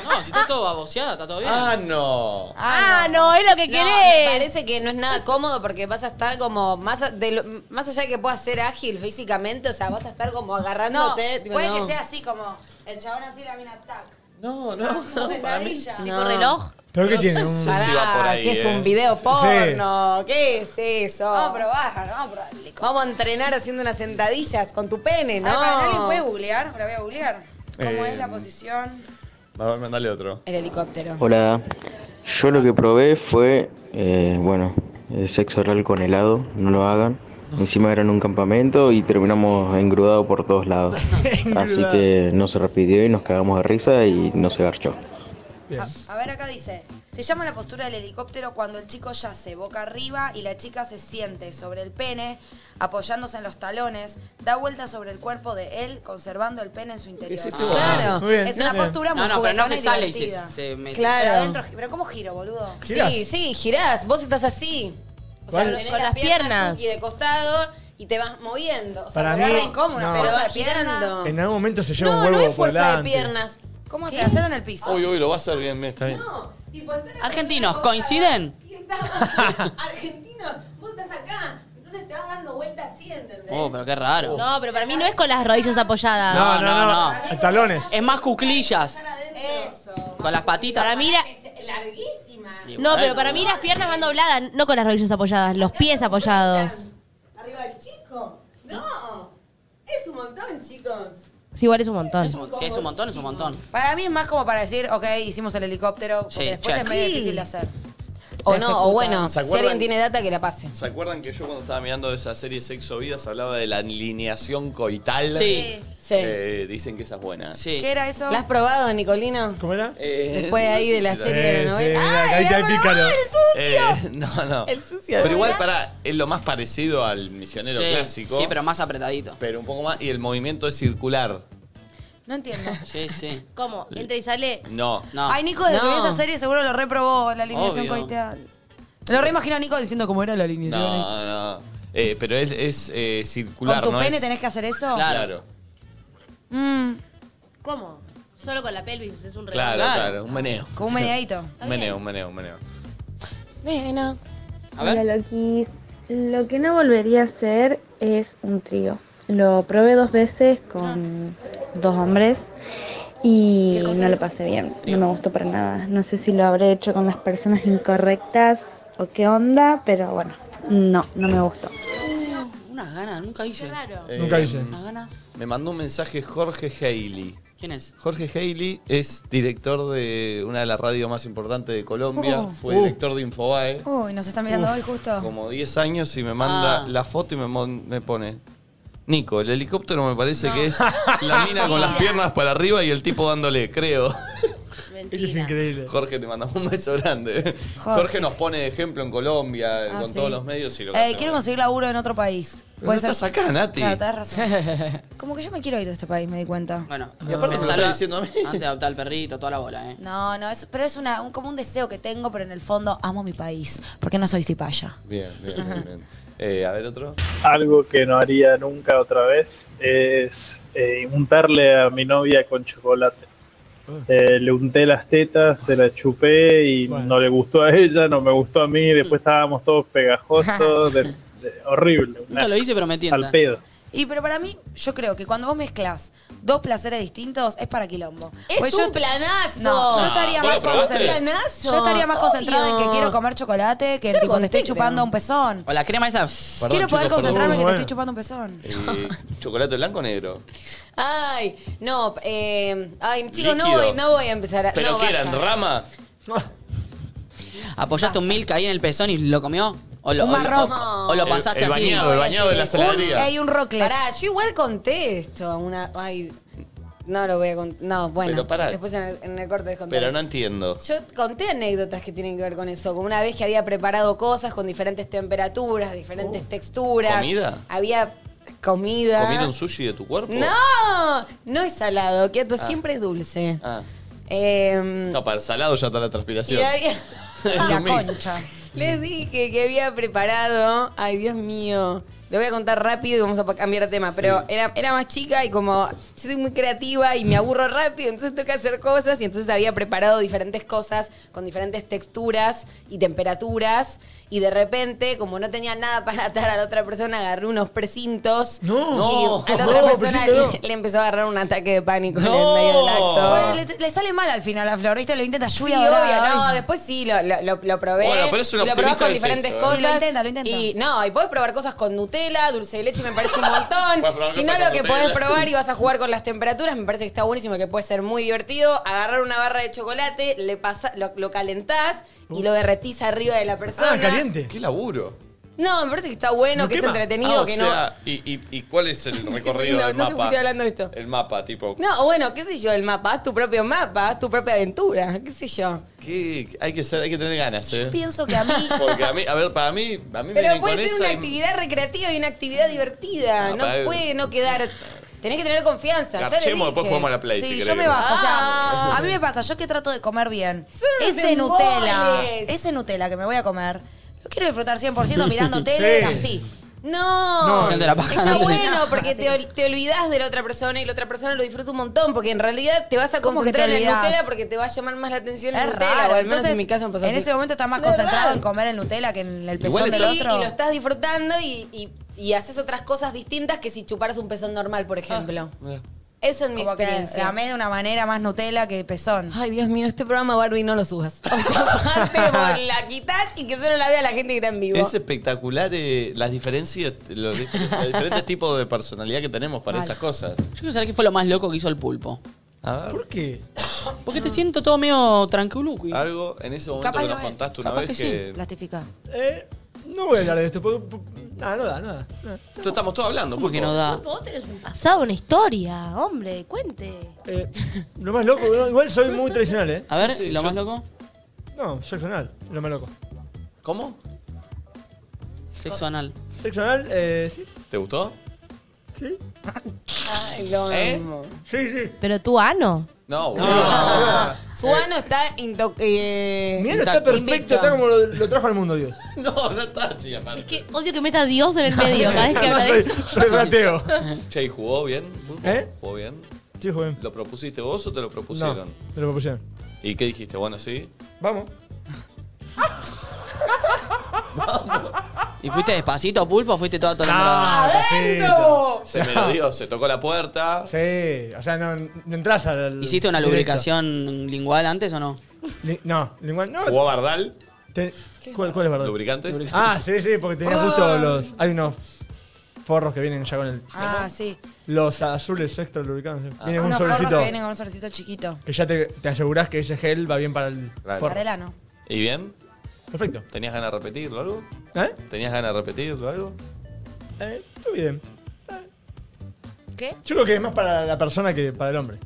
Speaker 3: No, si está todo baboseada, está todo bien.
Speaker 7: ah, no.
Speaker 4: Ah, no, es lo que
Speaker 6: No, me parece que no es nada cómodo porque vas a estar como más, a- de lo- más allá de que puedas ser ágil físicamente, o sea, vas a estar como
Speaker 2: No,
Speaker 6: agarrándote. tipo,
Speaker 2: puede
Speaker 6: no.
Speaker 2: que sea así como el chabón así la mina tac.
Speaker 7: No, no.
Speaker 2: No, sentadilla.
Speaker 4: Tipo reloj.
Speaker 5: Pero que tiene un.
Speaker 7: No sé si va por ahí.
Speaker 6: que es
Speaker 7: eh.
Speaker 6: un video
Speaker 7: Sí.
Speaker 6: porno. ¿Qué es eso?
Speaker 2: Vamos a probar, vamos a probar.
Speaker 6: Vamos a entrenar haciendo unas sentadillas con tu pene, ¿no?
Speaker 2: Ay, para, ¿Alguien puede googlear? La voy a googlear. ¿Cómo
Speaker 7: Eh,
Speaker 2: es la posición?
Speaker 7: A ver, mandale otro.
Speaker 6: El helicóptero.
Speaker 17: Hola, yo lo que probé fue, eh, bueno, eh, sexo oral con helado, no lo hagan. Encima era en un campamento y terminamos engrudados por todos lados. Así que Eh, no se repitió y nos cagamos de risa y no se garchó.
Speaker 2: A, a ver, acá dice. Se llama la postura del helicóptero cuando el chico yace boca arriba y la chica se siente sobre el pene, apoyándose en los talones, da vueltas sobre el cuerpo de él, conservando el pene en su interior.
Speaker 3: este Ah. guapo. Claro. Muy bien,
Speaker 2: Es
Speaker 3: no
Speaker 2: una
Speaker 3: sé.
Speaker 2: postura muy
Speaker 3: No, no, pero no
Speaker 2: juguetona
Speaker 3: se sale y se-
Speaker 2: divertida.
Speaker 3: se mete.
Speaker 2: Pero,
Speaker 6: Claro.
Speaker 2: adentro gi- pero ¿cómo giro, boludo?
Speaker 6: Sí, sí, girás. Vos estás así. O sea,
Speaker 4: Con-
Speaker 6: tenés
Speaker 4: con las piernas.
Speaker 6: Y de costado y te vas moviendo. O sea,
Speaker 5: Para
Speaker 6: pero
Speaker 5: mí,
Speaker 6: es re incómodo,
Speaker 5: no.
Speaker 6: pero vas
Speaker 2: Fuerza de pierna.
Speaker 6: girando.
Speaker 5: En algún momento se lleva
Speaker 6: No,
Speaker 5: un huevo
Speaker 6: no es
Speaker 5: por
Speaker 6: fuerza de
Speaker 5: delante.
Speaker 6: piernas.
Speaker 2: ¿Cómo se hacer en el piso?
Speaker 7: Uy, uy, lo va a hacer bien, está bien.
Speaker 3: Argentinos, ¿coinciden?
Speaker 6: Argentinos, vos estás acá, entonces te vas dando vuelta así, ¿entendés?
Speaker 3: Oh, pero qué raro.
Speaker 4: No, pero para mí no es con las rodillas apoyadas.
Speaker 3: No, no, no.
Speaker 5: Talones.
Speaker 3: Es más cuclillas.
Speaker 6: Eh.
Speaker 3: Con las patitas.
Speaker 4: Para mí la-
Speaker 6: Larguísima.
Speaker 4: No, pero para mí las piernas van dobladas, no con las rodillas apoyadas, los pies apoyados.
Speaker 6: Arriba del chico. No. Es un montón, chicos.
Speaker 4: Sí, igual es un montón.
Speaker 3: Que es un montón, es un montón.
Speaker 2: Para mí es más como para decir, ok, hicimos el helicóptero, porque
Speaker 3: Sí,
Speaker 2: después
Speaker 3: check.
Speaker 2: es medio
Speaker 3: Sí.
Speaker 2: difícil de hacer.
Speaker 6: O no, o bueno,
Speaker 7: ¿Se
Speaker 6: si
Speaker 7: acuerdan?
Speaker 6: alguien tiene data que la pase.
Speaker 7: ¿Se acuerdan que yo cuando estaba mirando esa serie Sexo Vidas hablaba de la alineación coital?
Speaker 3: Sí.
Speaker 6: Sí.
Speaker 7: Eh, dicen que esa es buena. Eh,
Speaker 3: Sí.
Speaker 6: ¿Qué era eso? ¿La has probado, Nicolino? ¿Cómo era? Después
Speaker 7: no
Speaker 6: ahí
Speaker 7: sé
Speaker 6: de la
Speaker 7: si la-
Speaker 6: serie de la
Speaker 7: Eh,
Speaker 6: novela.
Speaker 7: sí,
Speaker 6: ¡Ay,
Speaker 7: ahí está el
Speaker 6: voy a
Speaker 7: pícaro.
Speaker 6: probar el
Speaker 7: Eh,
Speaker 6: sucio!
Speaker 7: no, no.
Speaker 6: El sucio.
Speaker 7: Pero igual para es lo más parecido al misionero
Speaker 3: Sí,
Speaker 7: clásico.
Speaker 3: sí, pero más apretadito.
Speaker 7: Pero un poco más. Y el movimiento es circular.
Speaker 2: No entiendo.
Speaker 3: Sí, sí.
Speaker 4: ¿Cómo? Entra y sale.
Speaker 7: No.
Speaker 2: Ay, Nico, desde que
Speaker 4: No.
Speaker 2: vi esa serie seguro lo reprobó la alineación
Speaker 7: Obvio.
Speaker 2: coiteal. Lo reimagino a Nico diciendo cómo era la alineación. ahí.
Speaker 7: No, no. Eh, pero es, es, eh, circular,
Speaker 2: ¿Con tu
Speaker 7: ¿no?
Speaker 2: pene
Speaker 7: es-
Speaker 2: tenés que hacer eso? Mm,
Speaker 7: Claro,
Speaker 4: ¿Cómo? Solo con la pelvis es un
Speaker 7: claro, claro. Un meneo.
Speaker 2: Con un meneadito.
Speaker 7: Un meneo, un meneo, un meneo.
Speaker 6: Nena.
Speaker 11: Hola, Lokis. Lo que no volvería a hacer es un trío. Lo probé dos veces con dos hombres y no lo pasé bien. No me gustó para nada. No sé si lo habré hecho con las personas incorrectas o qué onda, pero bueno, no, no me gustó.
Speaker 3: Unas ganas, nunca hice. Qué raro.
Speaker 7: Nunca hice.
Speaker 3: Unas ganas.
Speaker 7: Eh, Me mandó un mensaje Jorge Haley.
Speaker 3: ¿Quién es?
Speaker 7: Jorge Haley es director de una de las radios más importantes de Colombia.
Speaker 2: Oh.
Speaker 7: fue
Speaker 2: Uh.
Speaker 7: director de Infobae.
Speaker 2: Uy, nos están mirando
Speaker 7: Uf,
Speaker 2: hoy justo.
Speaker 7: Como 10 años y me manda
Speaker 2: Ah.
Speaker 7: la foto y me, mon- me pone. Nico, el helicóptero me parece que es la mina con las piernas para arriba y el tipo dándole, creo.
Speaker 4: Mentira.
Speaker 7: Jorge, te mandamos un beso grande. Jorge, nos pone de ejemplo en Colombia,
Speaker 2: Ah,
Speaker 7: con
Speaker 2: sí.
Speaker 7: todos los medios y lo que
Speaker 2: Eh,
Speaker 7: hacemos.
Speaker 2: quiero conseguir laburo en otro país.
Speaker 7: Pero
Speaker 2: Puede
Speaker 7: no estás
Speaker 2: ser-
Speaker 7: acá, Nati.
Speaker 2: Claro, tenés razón. Como que yo me quiero ir de este país, me di cuenta.
Speaker 3: Bueno,
Speaker 7: Y aparte me lo
Speaker 3: Pensalo
Speaker 7: está diciendo a mí.
Speaker 3: Antes de adoptar al perrito, toda la bola, ¿eh?
Speaker 2: No, no, es- pero es una, un- como un deseo que tengo, pero en el fondo amo mi país. Porque no soy cipaya.
Speaker 7: Bien, bien, bien. bien. Eh, a ver otro.
Speaker 18: Algo que no haría nunca otra vez es eh, untarle a mi novia con chocolate. Eh, le unté las tetas, se la chupé y no le gustó a ella, no me gustó a mí. Después estábamos todos pegajosos, de- de- horrible.
Speaker 3: Nunca lo hice, pero me tienta.
Speaker 18: Al pedo.
Speaker 2: Y pero para mí, yo creo que cuando vos mezclas dos placeres distintos, es para quilombo.
Speaker 6: Es
Speaker 2: Pues
Speaker 6: un
Speaker 2: yo-
Speaker 6: planazo.
Speaker 2: No, yo
Speaker 7: Ah,
Speaker 6: No,
Speaker 2: estaría
Speaker 6: ¿vos
Speaker 2: más
Speaker 6: lo probaste?
Speaker 2: concentrada.
Speaker 6: Planazo,
Speaker 2: Yo estaría más concentrada en
Speaker 6: obvio.
Speaker 2: que quiero comer chocolate que
Speaker 6: Yo lo
Speaker 2: tipo, te
Speaker 6: conté,
Speaker 2: estoy chupando
Speaker 6: creo.
Speaker 2: un pezón.
Speaker 3: O la crema esa.
Speaker 2: quiero poder concentrarme que
Speaker 7: perdón.
Speaker 2: te estoy chupando un pezón.
Speaker 7: Eh, ¿Chocolate blanco o negro?
Speaker 6: Ay, no, eh, ay, chicos, no
Speaker 7: Líquido.
Speaker 6: voy, no voy a empezar a.
Speaker 7: ¿Pero
Speaker 6: no,
Speaker 7: qué
Speaker 6: basta.
Speaker 7: eran? ¿Rama?
Speaker 3: ¿Apoyaste un milk ahí en el pezón y lo comió? ¿O lo,
Speaker 6: Un
Speaker 3: o-
Speaker 6: barroco.
Speaker 3: o- o lo
Speaker 7: El-
Speaker 3: pasaste
Speaker 7: el
Speaker 3: así?
Speaker 7: bañado, el bañado de la
Speaker 6: saladería.
Speaker 2: Hay un rocle.
Speaker 6: Pará, yo igual conté esto. Una, ay, no lo voy a contar. No, bueno.
Speaker 7: Pero pará.
Speaker 6: Después en el, en el corte les contaré.
Speaker 7: Pero no entiendo.
Speaker 6: Yo conté anécdotas que tienen que ver con eso, como una vez que había preparado cosas con diferentes temperaturas, diferentes texturas.
Speaker 7: Oh. ¿Comida?
Speaker 6: Había comida.
Speaker 7: ¿Comiste un sushi de tu cuerpo?
Speaker 6: No, no es salado, quieto,
Speaker 7: Ah.
Speaker 6: siempre es dulce.
Speaker 7: Ah.
Speaker 6: Eh,
Speaker 7: No, para el salado ya está la transpiración.
Speaker 6: y había-
Speaker 7: Es un mix.
Speaker 6: Les dije que había preparado. Ay, Dios mío. Lo voy a contar rápido y vamos a pa- cambiar de tema. Pero era, era más chica y como yo soy muy creativa y me aburro rápido, entonces tengo que hacer cosas. Y entonces había preparado diferentes cosas con diferentes texturas y temperaturas. Y de repente, como no tenía nada para atar a la otra persona, agarré unos precintos.
Speaker 5: No.
Speaker 6: Y a la otra
Speaker 5: No,
Speaker 6: persona
Speaker 5: precinto
Speaker 6: le, le empezó a agarrar un ataque de pánico en
Speaker 5: No.
Speaker 6: el medio del acto.
Speaker 2: Bueno, le, le sale mal al final a Flor, ¿viste? Lo intenta
Speaker 6: Sí,
Speaker 2: lluvia dorada.
Speaker 6: obvio, no,
Speaker 2: Ay.
Speaker 6: después sí, lo, lo- lo- lo probé.
Speaker 2: Bueno, pero es un
Speaker 6: y lo probás
Speaker 2: optimista
Speaker 6: con
Speaker 2: del
Speaker 6: diferentes
Speaker 2: sexo, ¿eh?
Speaker 6: cosas.
Speaker 2: Sí, lo intenta, lo intenta.
Speaker 6: Y no, y podés probar cosas con Nutella, dulce de leche, me parece un
Speaker 2: Podés probar
Speaker 6: montón. si no,
Speaker 2: cosas
Speaker 6: lo
Speaker 2: con
Speaker 6: que
Speaker 2: Nutella.
Speaker 6: podés probar y vas a jugar con las temperaturas, me parece que está buenísimo, que puede ser muy divertido. Agarrar una barra de chocolate, le pasa, lo, lo calentás y lo derretís arriba de la persona.
Speaker 2: Ah,
Speaker 7: ¿Qué laburo?
Speaker 6: No, me parece que está bueno, que es entretenido,
Speaker 7: Ah, o
Speaker 6: que
Speaker 7: sea, y, y- y cuál es el recorrido
Speaker 6: no,
Speaker 7: del
Speaker 6: no sé por qué
Speaker 7: mapa?
Speaker 6: estoy hablando de esto.
Speaker 7: El mapa, tipo.
Speaker 6: no. No, bueno, qué sé yo, el mapa, haz tu propio mapa, haz tu propia aventura, qué sé yo.
Speaker 7: ¿qué? Hay, que ser, hay que tener ganas, ¿eh?
Speaker 6: pienso que a mí-
Speaker 7: Porque a mí, a ver, para mí, a mí me
Speaker 6: Pero
Speaker 7: vienen con
Speaker 6: puede ser
Speaker 7: esa
Speaker 6: una
Speaker 7: y-
Speaker 6: actividad recreativa y una actividad divertida.
Speaker 7: Ah,
Speaker 6: no
Speaker 7: para-
Speaker 6: puede no quedar. Tenés que tener confianza. ya le
Speaker 7: Garchemos, después
Speaker 6: dije.
Speaker 7: jugamos a la Play, si
Speaker 2: Sí,
Speaker 7: querés
Speaker 2: yo
Speaker 7: que
Speaker 2: me
Speaker 7: no.
Speaker 2: bajo. O
Speaker 6: Ah.
Speaker 2: sea, a mí me pasa, yo que trato de comer bien.
Speaker 6: unos
Speaker 2: Ese Nutella,
Speaker 6: emboles.
Speaker 2: ese Nutella que me voy a comer, lo quiero disfrutar 100% mirando tele
Speaker 6: Sí.
Speaker 2: así.
Speaker 6: No,
Speaker 3: No, Siento la paja,
Speaker 6: está
Speaker 3: ¿no?
Speaker 6: bueno
Speaker 2: No,
Speaker 6: porque te, ol- te olvidás de la otra persona y la otra persona lo disfruta un montón porque en realidad te vas a
Speaker 2: ¿Cómo que te
Speaker 6: concentrar en el
Speaker 2: olvidás?
Speaker 6: Nutella porque te va a llamar más la atención el
Speaker 2: Es
Speaker 6: Nutella
Speaker 2: raro,
Speaker 6: o al menos
Speaker 2: entonces,
Speaker 6: en mi caso me pasó
Speaker 2: en
Speaker 6: así.
Speaker 2: ese momento estás más
Speaker 6: ¿Verdad?
Speaker 2: concentrado en comer el Nutella que en el
Speaker 6: Sí,
Speaker 2: pezón del
Speaker 6: y
Speaker 2: otro.
Speaker 6: lo estás disfrutando y, y- y haces otras cosas distintas que si chuparas un pezón normal, por ejemplo. Eso en mi
Speaker 2: Ah. Como que
Speaker 6: experiencia.
Speaker 2: la amé de una manera más Nutella que pezón.
Speaker 6: Ay, Dios mío, este programa Barbie no lo subas. Aparte, vos la quitas y que solo la vea la gente que está en vivo.
Speaker 7: Es espectacular eh, las diferencias, los, dif- los diferentes tipos de personalidad que tenemos para
Speaker 3: Mal.
Speaker 7: esas cosas.
Speaker 3: Yo quiero saber qué fue lo más loco que hizo el pulpo.
Speaker 7: ¿Por
Speaker 5: qué?
Speaker 3: Porque te siento todo medio tranquiluqui.
Speaker 7: Algo en ese momento
Speaker 3: Capaz
Speaker 7: que
Speaker 3: no
Speaker 7: nos
Speaker 3: es.
Speaker 7: contaste una
Speaker 3: Capaz
Speaker 7: vez
Speaker 3: que
Speaker 7: que.
Speaker 3: sí.
Speaker 2: Plastifica.
Speaker 5: Eh, no voy a hablar de esto. Porque, porque- nada, no da, no da.
Speaker 7: Esto Estamos todos hablando.
Speaker 3: ¿Cómo que no da?
Speaker 4: Vos tenés un pasado, una historia, hombre, cuente.
Speaker 5: Eh, lo más loco, no, igual soy muy tradicional, ¿eh?
Speaker 3: A ver, Sí, sí, ¿lo yo- más loco?
Speaker 5: No, sexo anal, lo más loco.
Speaker 7: ¿Cómo?
Speaker 3: Sexo anal.
Speaker 5: Sexo anal, eh, sí.
Speaker 7: ¿Te gustó?
Speaker 5: Sí.
Speaker 6: Ay, lo
Speaker 5: ¿Eh?
Speaker 6: amo.
Speaker 5: Sí, sí.
Speaker 4: Pero tu ano.
Speaker 7: No,
Speaker 5: boludo.
Speaker 6: Su ano está into- eh,
Speaker 5: Mi ano está
Speaker 6: intacto.
Speaker 5: perfecto, está como lo, lo trajo al mundo Dios.
Speaker 7: No, no está así, aparte.
Speaker 4: Que odio que meta a Dios en el medio cada vez que habla de
Speaker 5: soy, soy mateo.
Speaker 7: Che, ¿y jugó bien? ¿Eh? ¿Jugó bien?
Speaker 5: Sí, jugué.
Speaker 7: ¿Lo propusiste vos o te lo
Speaker 5: No,
Speaker 7: propusieron?
Speaker 5: te lo propusieron.
Speaker 7: ¿Y qué dijiste? Bueno, sí.
Speaker 5: Vamos.
Speaker 3: ¿Y fuiste despacito, pulpo, o fuiste todo atorando
Speaker 5: Ah, ¡Adentro!
Speaker 7: Se me lo dio, se tocó la puerta.
Speaker 5: Sí, o sea, no, no entras al.
Speaker 3: Mm. ¿Hiciste una
Speaker 5: directo.
Speaker 3: lubricación lingual antes o no?
Speaker 5: Li- no, lingual. No.
Speaker 7: ¿Jugó a Bardal?
Speaker 5: Te- ¿Cuál, cuál es verdad?
Speaker 7: ¿Lubricantes?
Speaker 2: Ah.
Speaker 5: Ah, sí, sí, porque tenía justo los. Hay unos forros que vienen ya con el.
Speaker 2: Ah, sí.
Speaker 5: Los azules extra lubricados. sí. Vienen con un
Speaker 2: Unos forros
Speaker 5: solecito.
Speaker 2: que vienen con un solecito chiquito.
Speaker 5: Que ya te, te asegurás que ese gel va bien para el
Speaker 7: Claro.
Speaker 5: forro.
Speaker 2: Para el ano.
Speaker 7: ¿Y bien?
Speaker 5: Perfecto.
Speaker 7: ¿Tenías ganas de repetirlo algo?
Speaker 5: ¿Eh?
Speaker 7: ¿Tenías ganas de repetirlo algo?
Speaker 5: Eh, está bien.
Speaker 4: ¿Qué?
Speaker 5: Yo creo que es más para la persona que para el hombre.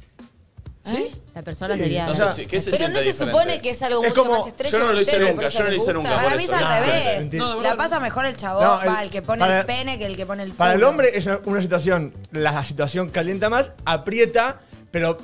Speaker 2: ¿Eh?
Speaker 4: La persona
Speaker 5: Sí,
Speaker 4: sería.
Speaker 5: no sé si- ¿qué se
Speaker 6: Pero no se supone que es algo mucho más estrecho.
Speaker 7: yo no
Speaker 6: que
Speaker 7: lo hice
Speaker 6: ustedes,
Speaker 7: nunca,
Speaker 6: por eso
Speaker 7: yo no lo
Speaker 6: les
Speaker 7: hice
Speaker 6: gusta. Ah,
Speaker 7: nunca,
Speaker 2: Para mí es al revés.
Speaker 5: No, de
Speaker 2: la pasa mejor el chabón,
Speaker 5: No, el-
Speaker 2: Oh, va, el que pone
Speaker 5: para-
Speaker 2: el pene que el que pone el
Speaker 5: Para el
Speaker 2: culo.
Speaker 5: hombre es una situación, la situación calienta más, aprieta, pero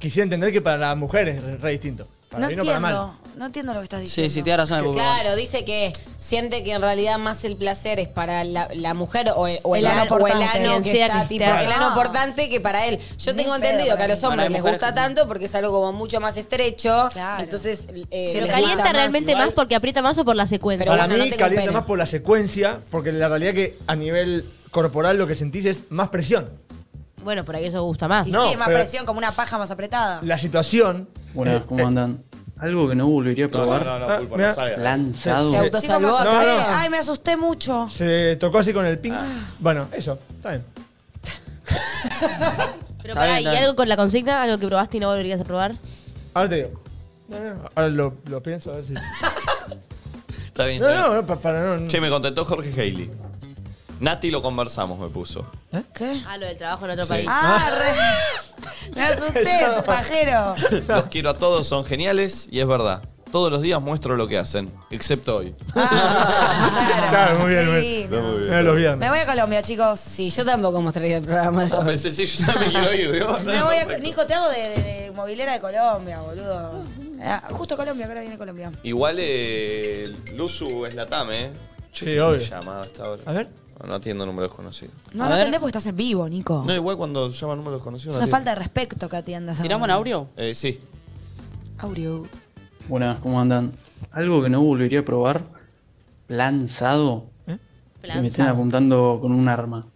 Speaker 5: quisiera entender que para la mujer es re distinto. Para
Speaker 2: No
Speaker 5: bien o para mal.
Speaker 2: entiendo, no entiendo lo que estás diciendo.
Speaker 3: Sí, sí, tienes razón. el Puma.
Speaker 6: Claro, dice que siente que en realidad más el placer es para la, la mujer o el, o el
Speaker 2: El
Speaker 6: ano,
Speaker 2: ano
Speaker 6: o el
Speaker 2: portante.
Speaker 6: ano
Speaker 2: Quien
Speaker 6: que
Speaker 2: sea
Speaker 6: está,
Speaker 2: que
Speaker 6: tipo,
Speaker 2: esté.
Speaker 6: el ano
Speaker 2: Ah.
Speaker 6: portante que para él. Yo tengo
Speaker 2: pedo
Speaker 6: entendido que
Speaker 2: para
Speaker 6: a los
Speaker 2: mí.
Speaker 6: hombres
Speaker 2: Para
Speaker 6: les
Speaker 2: mujeres
Speaker 6: gusta tanto porque es algo como mucho más estrecho. Entonces, eh, les
Speaker 4: Pero
Speaker 6: gusta
Speaker 4: calienta
Speaker 6: más.
Speaker 4: realmente más porque aprieta más o por la secuencia.
Speaker 5: para mí calienta más por la secuencia, porque la realidad que a nivel corporal lo que sentís es más presión.
Speaker 4: Bueno, por ahí eso gusta más.
Speaker 2: Y
Speaker 5: No,
Speaker 2: sí, más
Speaker 5: pero-
Speaker 2: presión, como una paja más apretada.
Speaker 5: La situación...
Speaker 19: Bueno,
Speaker 3: Eh,
Speaker 19: ¿cómo andan? Algo que no volvería a probar.
Speaker 5: no, no, Pulpo, no
Speaker 19: Ah,
Speaker 5: salga.
Speaker 19: Lanzado.
Speaker 5: Se auto-
Speaker 2: Chicos, me
Speaker 5: No,
Speaker 2: asusté.
Speaker 5: no.
Speaker 2: Ay, me asusté mucho.
Speaker 5: Se tocó así con el ping.
Speaker 2: Ah.
Speaker 5: Bueno, eso, está bien.
Speaker 4: Pero pará, ¿y algo con la consigna? ¿Algo que probaste y no volverías a probar?
Speaker 5: Ahora te digo. Ahora lo, lo pienso, a ver si...
Speaker 7: Está bien.
Speaker 5: No,
Speaker 7: está bien.
Speaker 5: no, no, pa- para no... no.
Speaker 7: Che, me contentó Jorge Haley. Nati lo conversamos, me puso.
Speaker 2: ¿Qué?
Speaker 4: Ah, lo del trabajo en otro
Speaker 7: Sí.
Speaker 4: país.
Speaker 2: Ah, re- me asusté, pajero.
Speaker 7: Los quiero a todos, son geniales y es verdad. Todos los días muestro lo que hacen, excepto hoy.
Speaker 5: Claro, muy bien, muy
Speaker 2: Ah,
Speaker 5: bien.
Speaker 2: Sí,
Speaker 7: Está muy bien.
Speaker 5: Eh, los viernes.
Speaker 2: Me voy a Colombia, chicos. Sí,
Speaker 6: Yo tampoco mostraría el programa. de
Speaker 7: Ah,
Speaker 6: hoy.
Speaker 7: pensé, sí, yo ya me quiero ir, digo.
Speaker 2: Me voy a, Nico, te hago de, de- de movilera de Colombia, boludo. Ah, Justo Colombia, que ahora viene Colombia.
Speaker 7: Igual eh, Luzu es la TAM, ¿eh?
Speaker 5: Sí,
Speaker 7: ¿quién me
Speaker 5: obvio.
Speaker 7: llama hasta ahora?
Speaker 5: A ver.
Speaker 7: No, no atiendo números desconocidos.
Speaker 2: No, no atendés porque estás en vivo, Nico.
Speaker 7: No, igual cuando llaman números desconocidos.
Speaker 2: Es
Speaker 7: no
Speaker 2: una falta de respeto que atiendas. a
Speaker 3: ¿Tiramos un
Speaker 2: Manuel.
Speaker 3: Aureo?
Speaker 7: Eh, sí.
Speaker 2: Aureo.
Speaker 19: Buenas, ¿cómo andan? Algo que no volvería a probar. Lanzado.
Speaker 2: ¿Eh?
Speaker 19: Que me estén apuntando con un arma.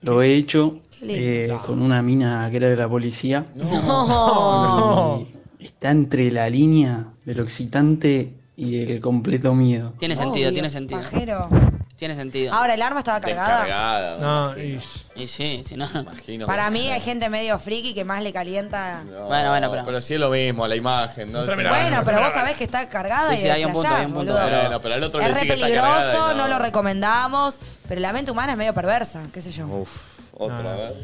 Speaker 19: Lo he hecho
Speaker 2: Qué lindo.
Speaker 19: eh, con una mina que era de la policía.
Speaker 6: No.
Speaker 2: Oh.
Speaker 19: Y Está entre la línea del excitante y el completo miedo.
Speaker 3: Tiene sentido,
Speaker 2: Obvio,
Speaker 3: tiene sentido.
Speaker 2: Pajero.
Speaker 3: Tiene sentido.
Speaker 2: Ahora, el arma estaba cargada.
Speaker 7: Cargada.
Speaker 5: No, y...
Speaker 3: Y sí, si no.
Speaker 7: Imagino.
Speaker 2: Para mí hay gente medio friki que más le calienta.
Speaker 7: No,
Speaker 3: Bueno, bueno, pero-
Speaker 7: Pero sí es lo mismo, la imagen, ¿no? Sí.
Speaker 2: Bueno, pero vos sabés que está cargada
Speaker 3: Sí,
Speaker 2: y
Speaker 3: sí,
Speaker 2: le
Speaker 3: hay un punto,
Speaker 2: flashás,
Speaker 3: hay un punto,
Speaker 2: boludo.
Speaker 3: pero-
Speaker 7: Bueno, pero al otro le
Speaker 2: Es re
Speaker 7: sí que está
Speaker 2: peligroso,
Speaker 7: cargada y
Speaker 2: no. lo recomendamos, pero la mente humana es medio perversa, qué sé yo.
Speaker 7: Uf, otra, a ver.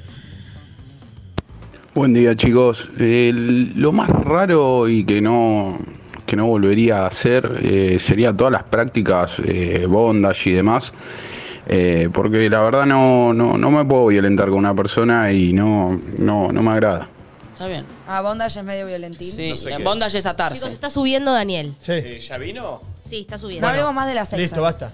Speaker 20: Buen día chicos. El- lo más raro y que no, que no volvería a hacer eh, sería todas las prácticas eh, bondage y demás. eh, porque la verdad no, no, no me puedo violentar con una persona y no, no, no me agrada.
Speaker 3: Está bien.
Speaker 2: Ah, Bondage es medio violentín.
Speaker 3: Sí, en Bondage es atarse.
Speaker 4: Está subiendo Daniel.
Speaker 5: Sí.
Speaker 7: ¿Ya vino?
Speaker 4: Sí, está
Speaker 2: No
Speaker 4: subiendo.
Speaker 2: hablemos más de la sexo.
Speaker 5: Listo, basta.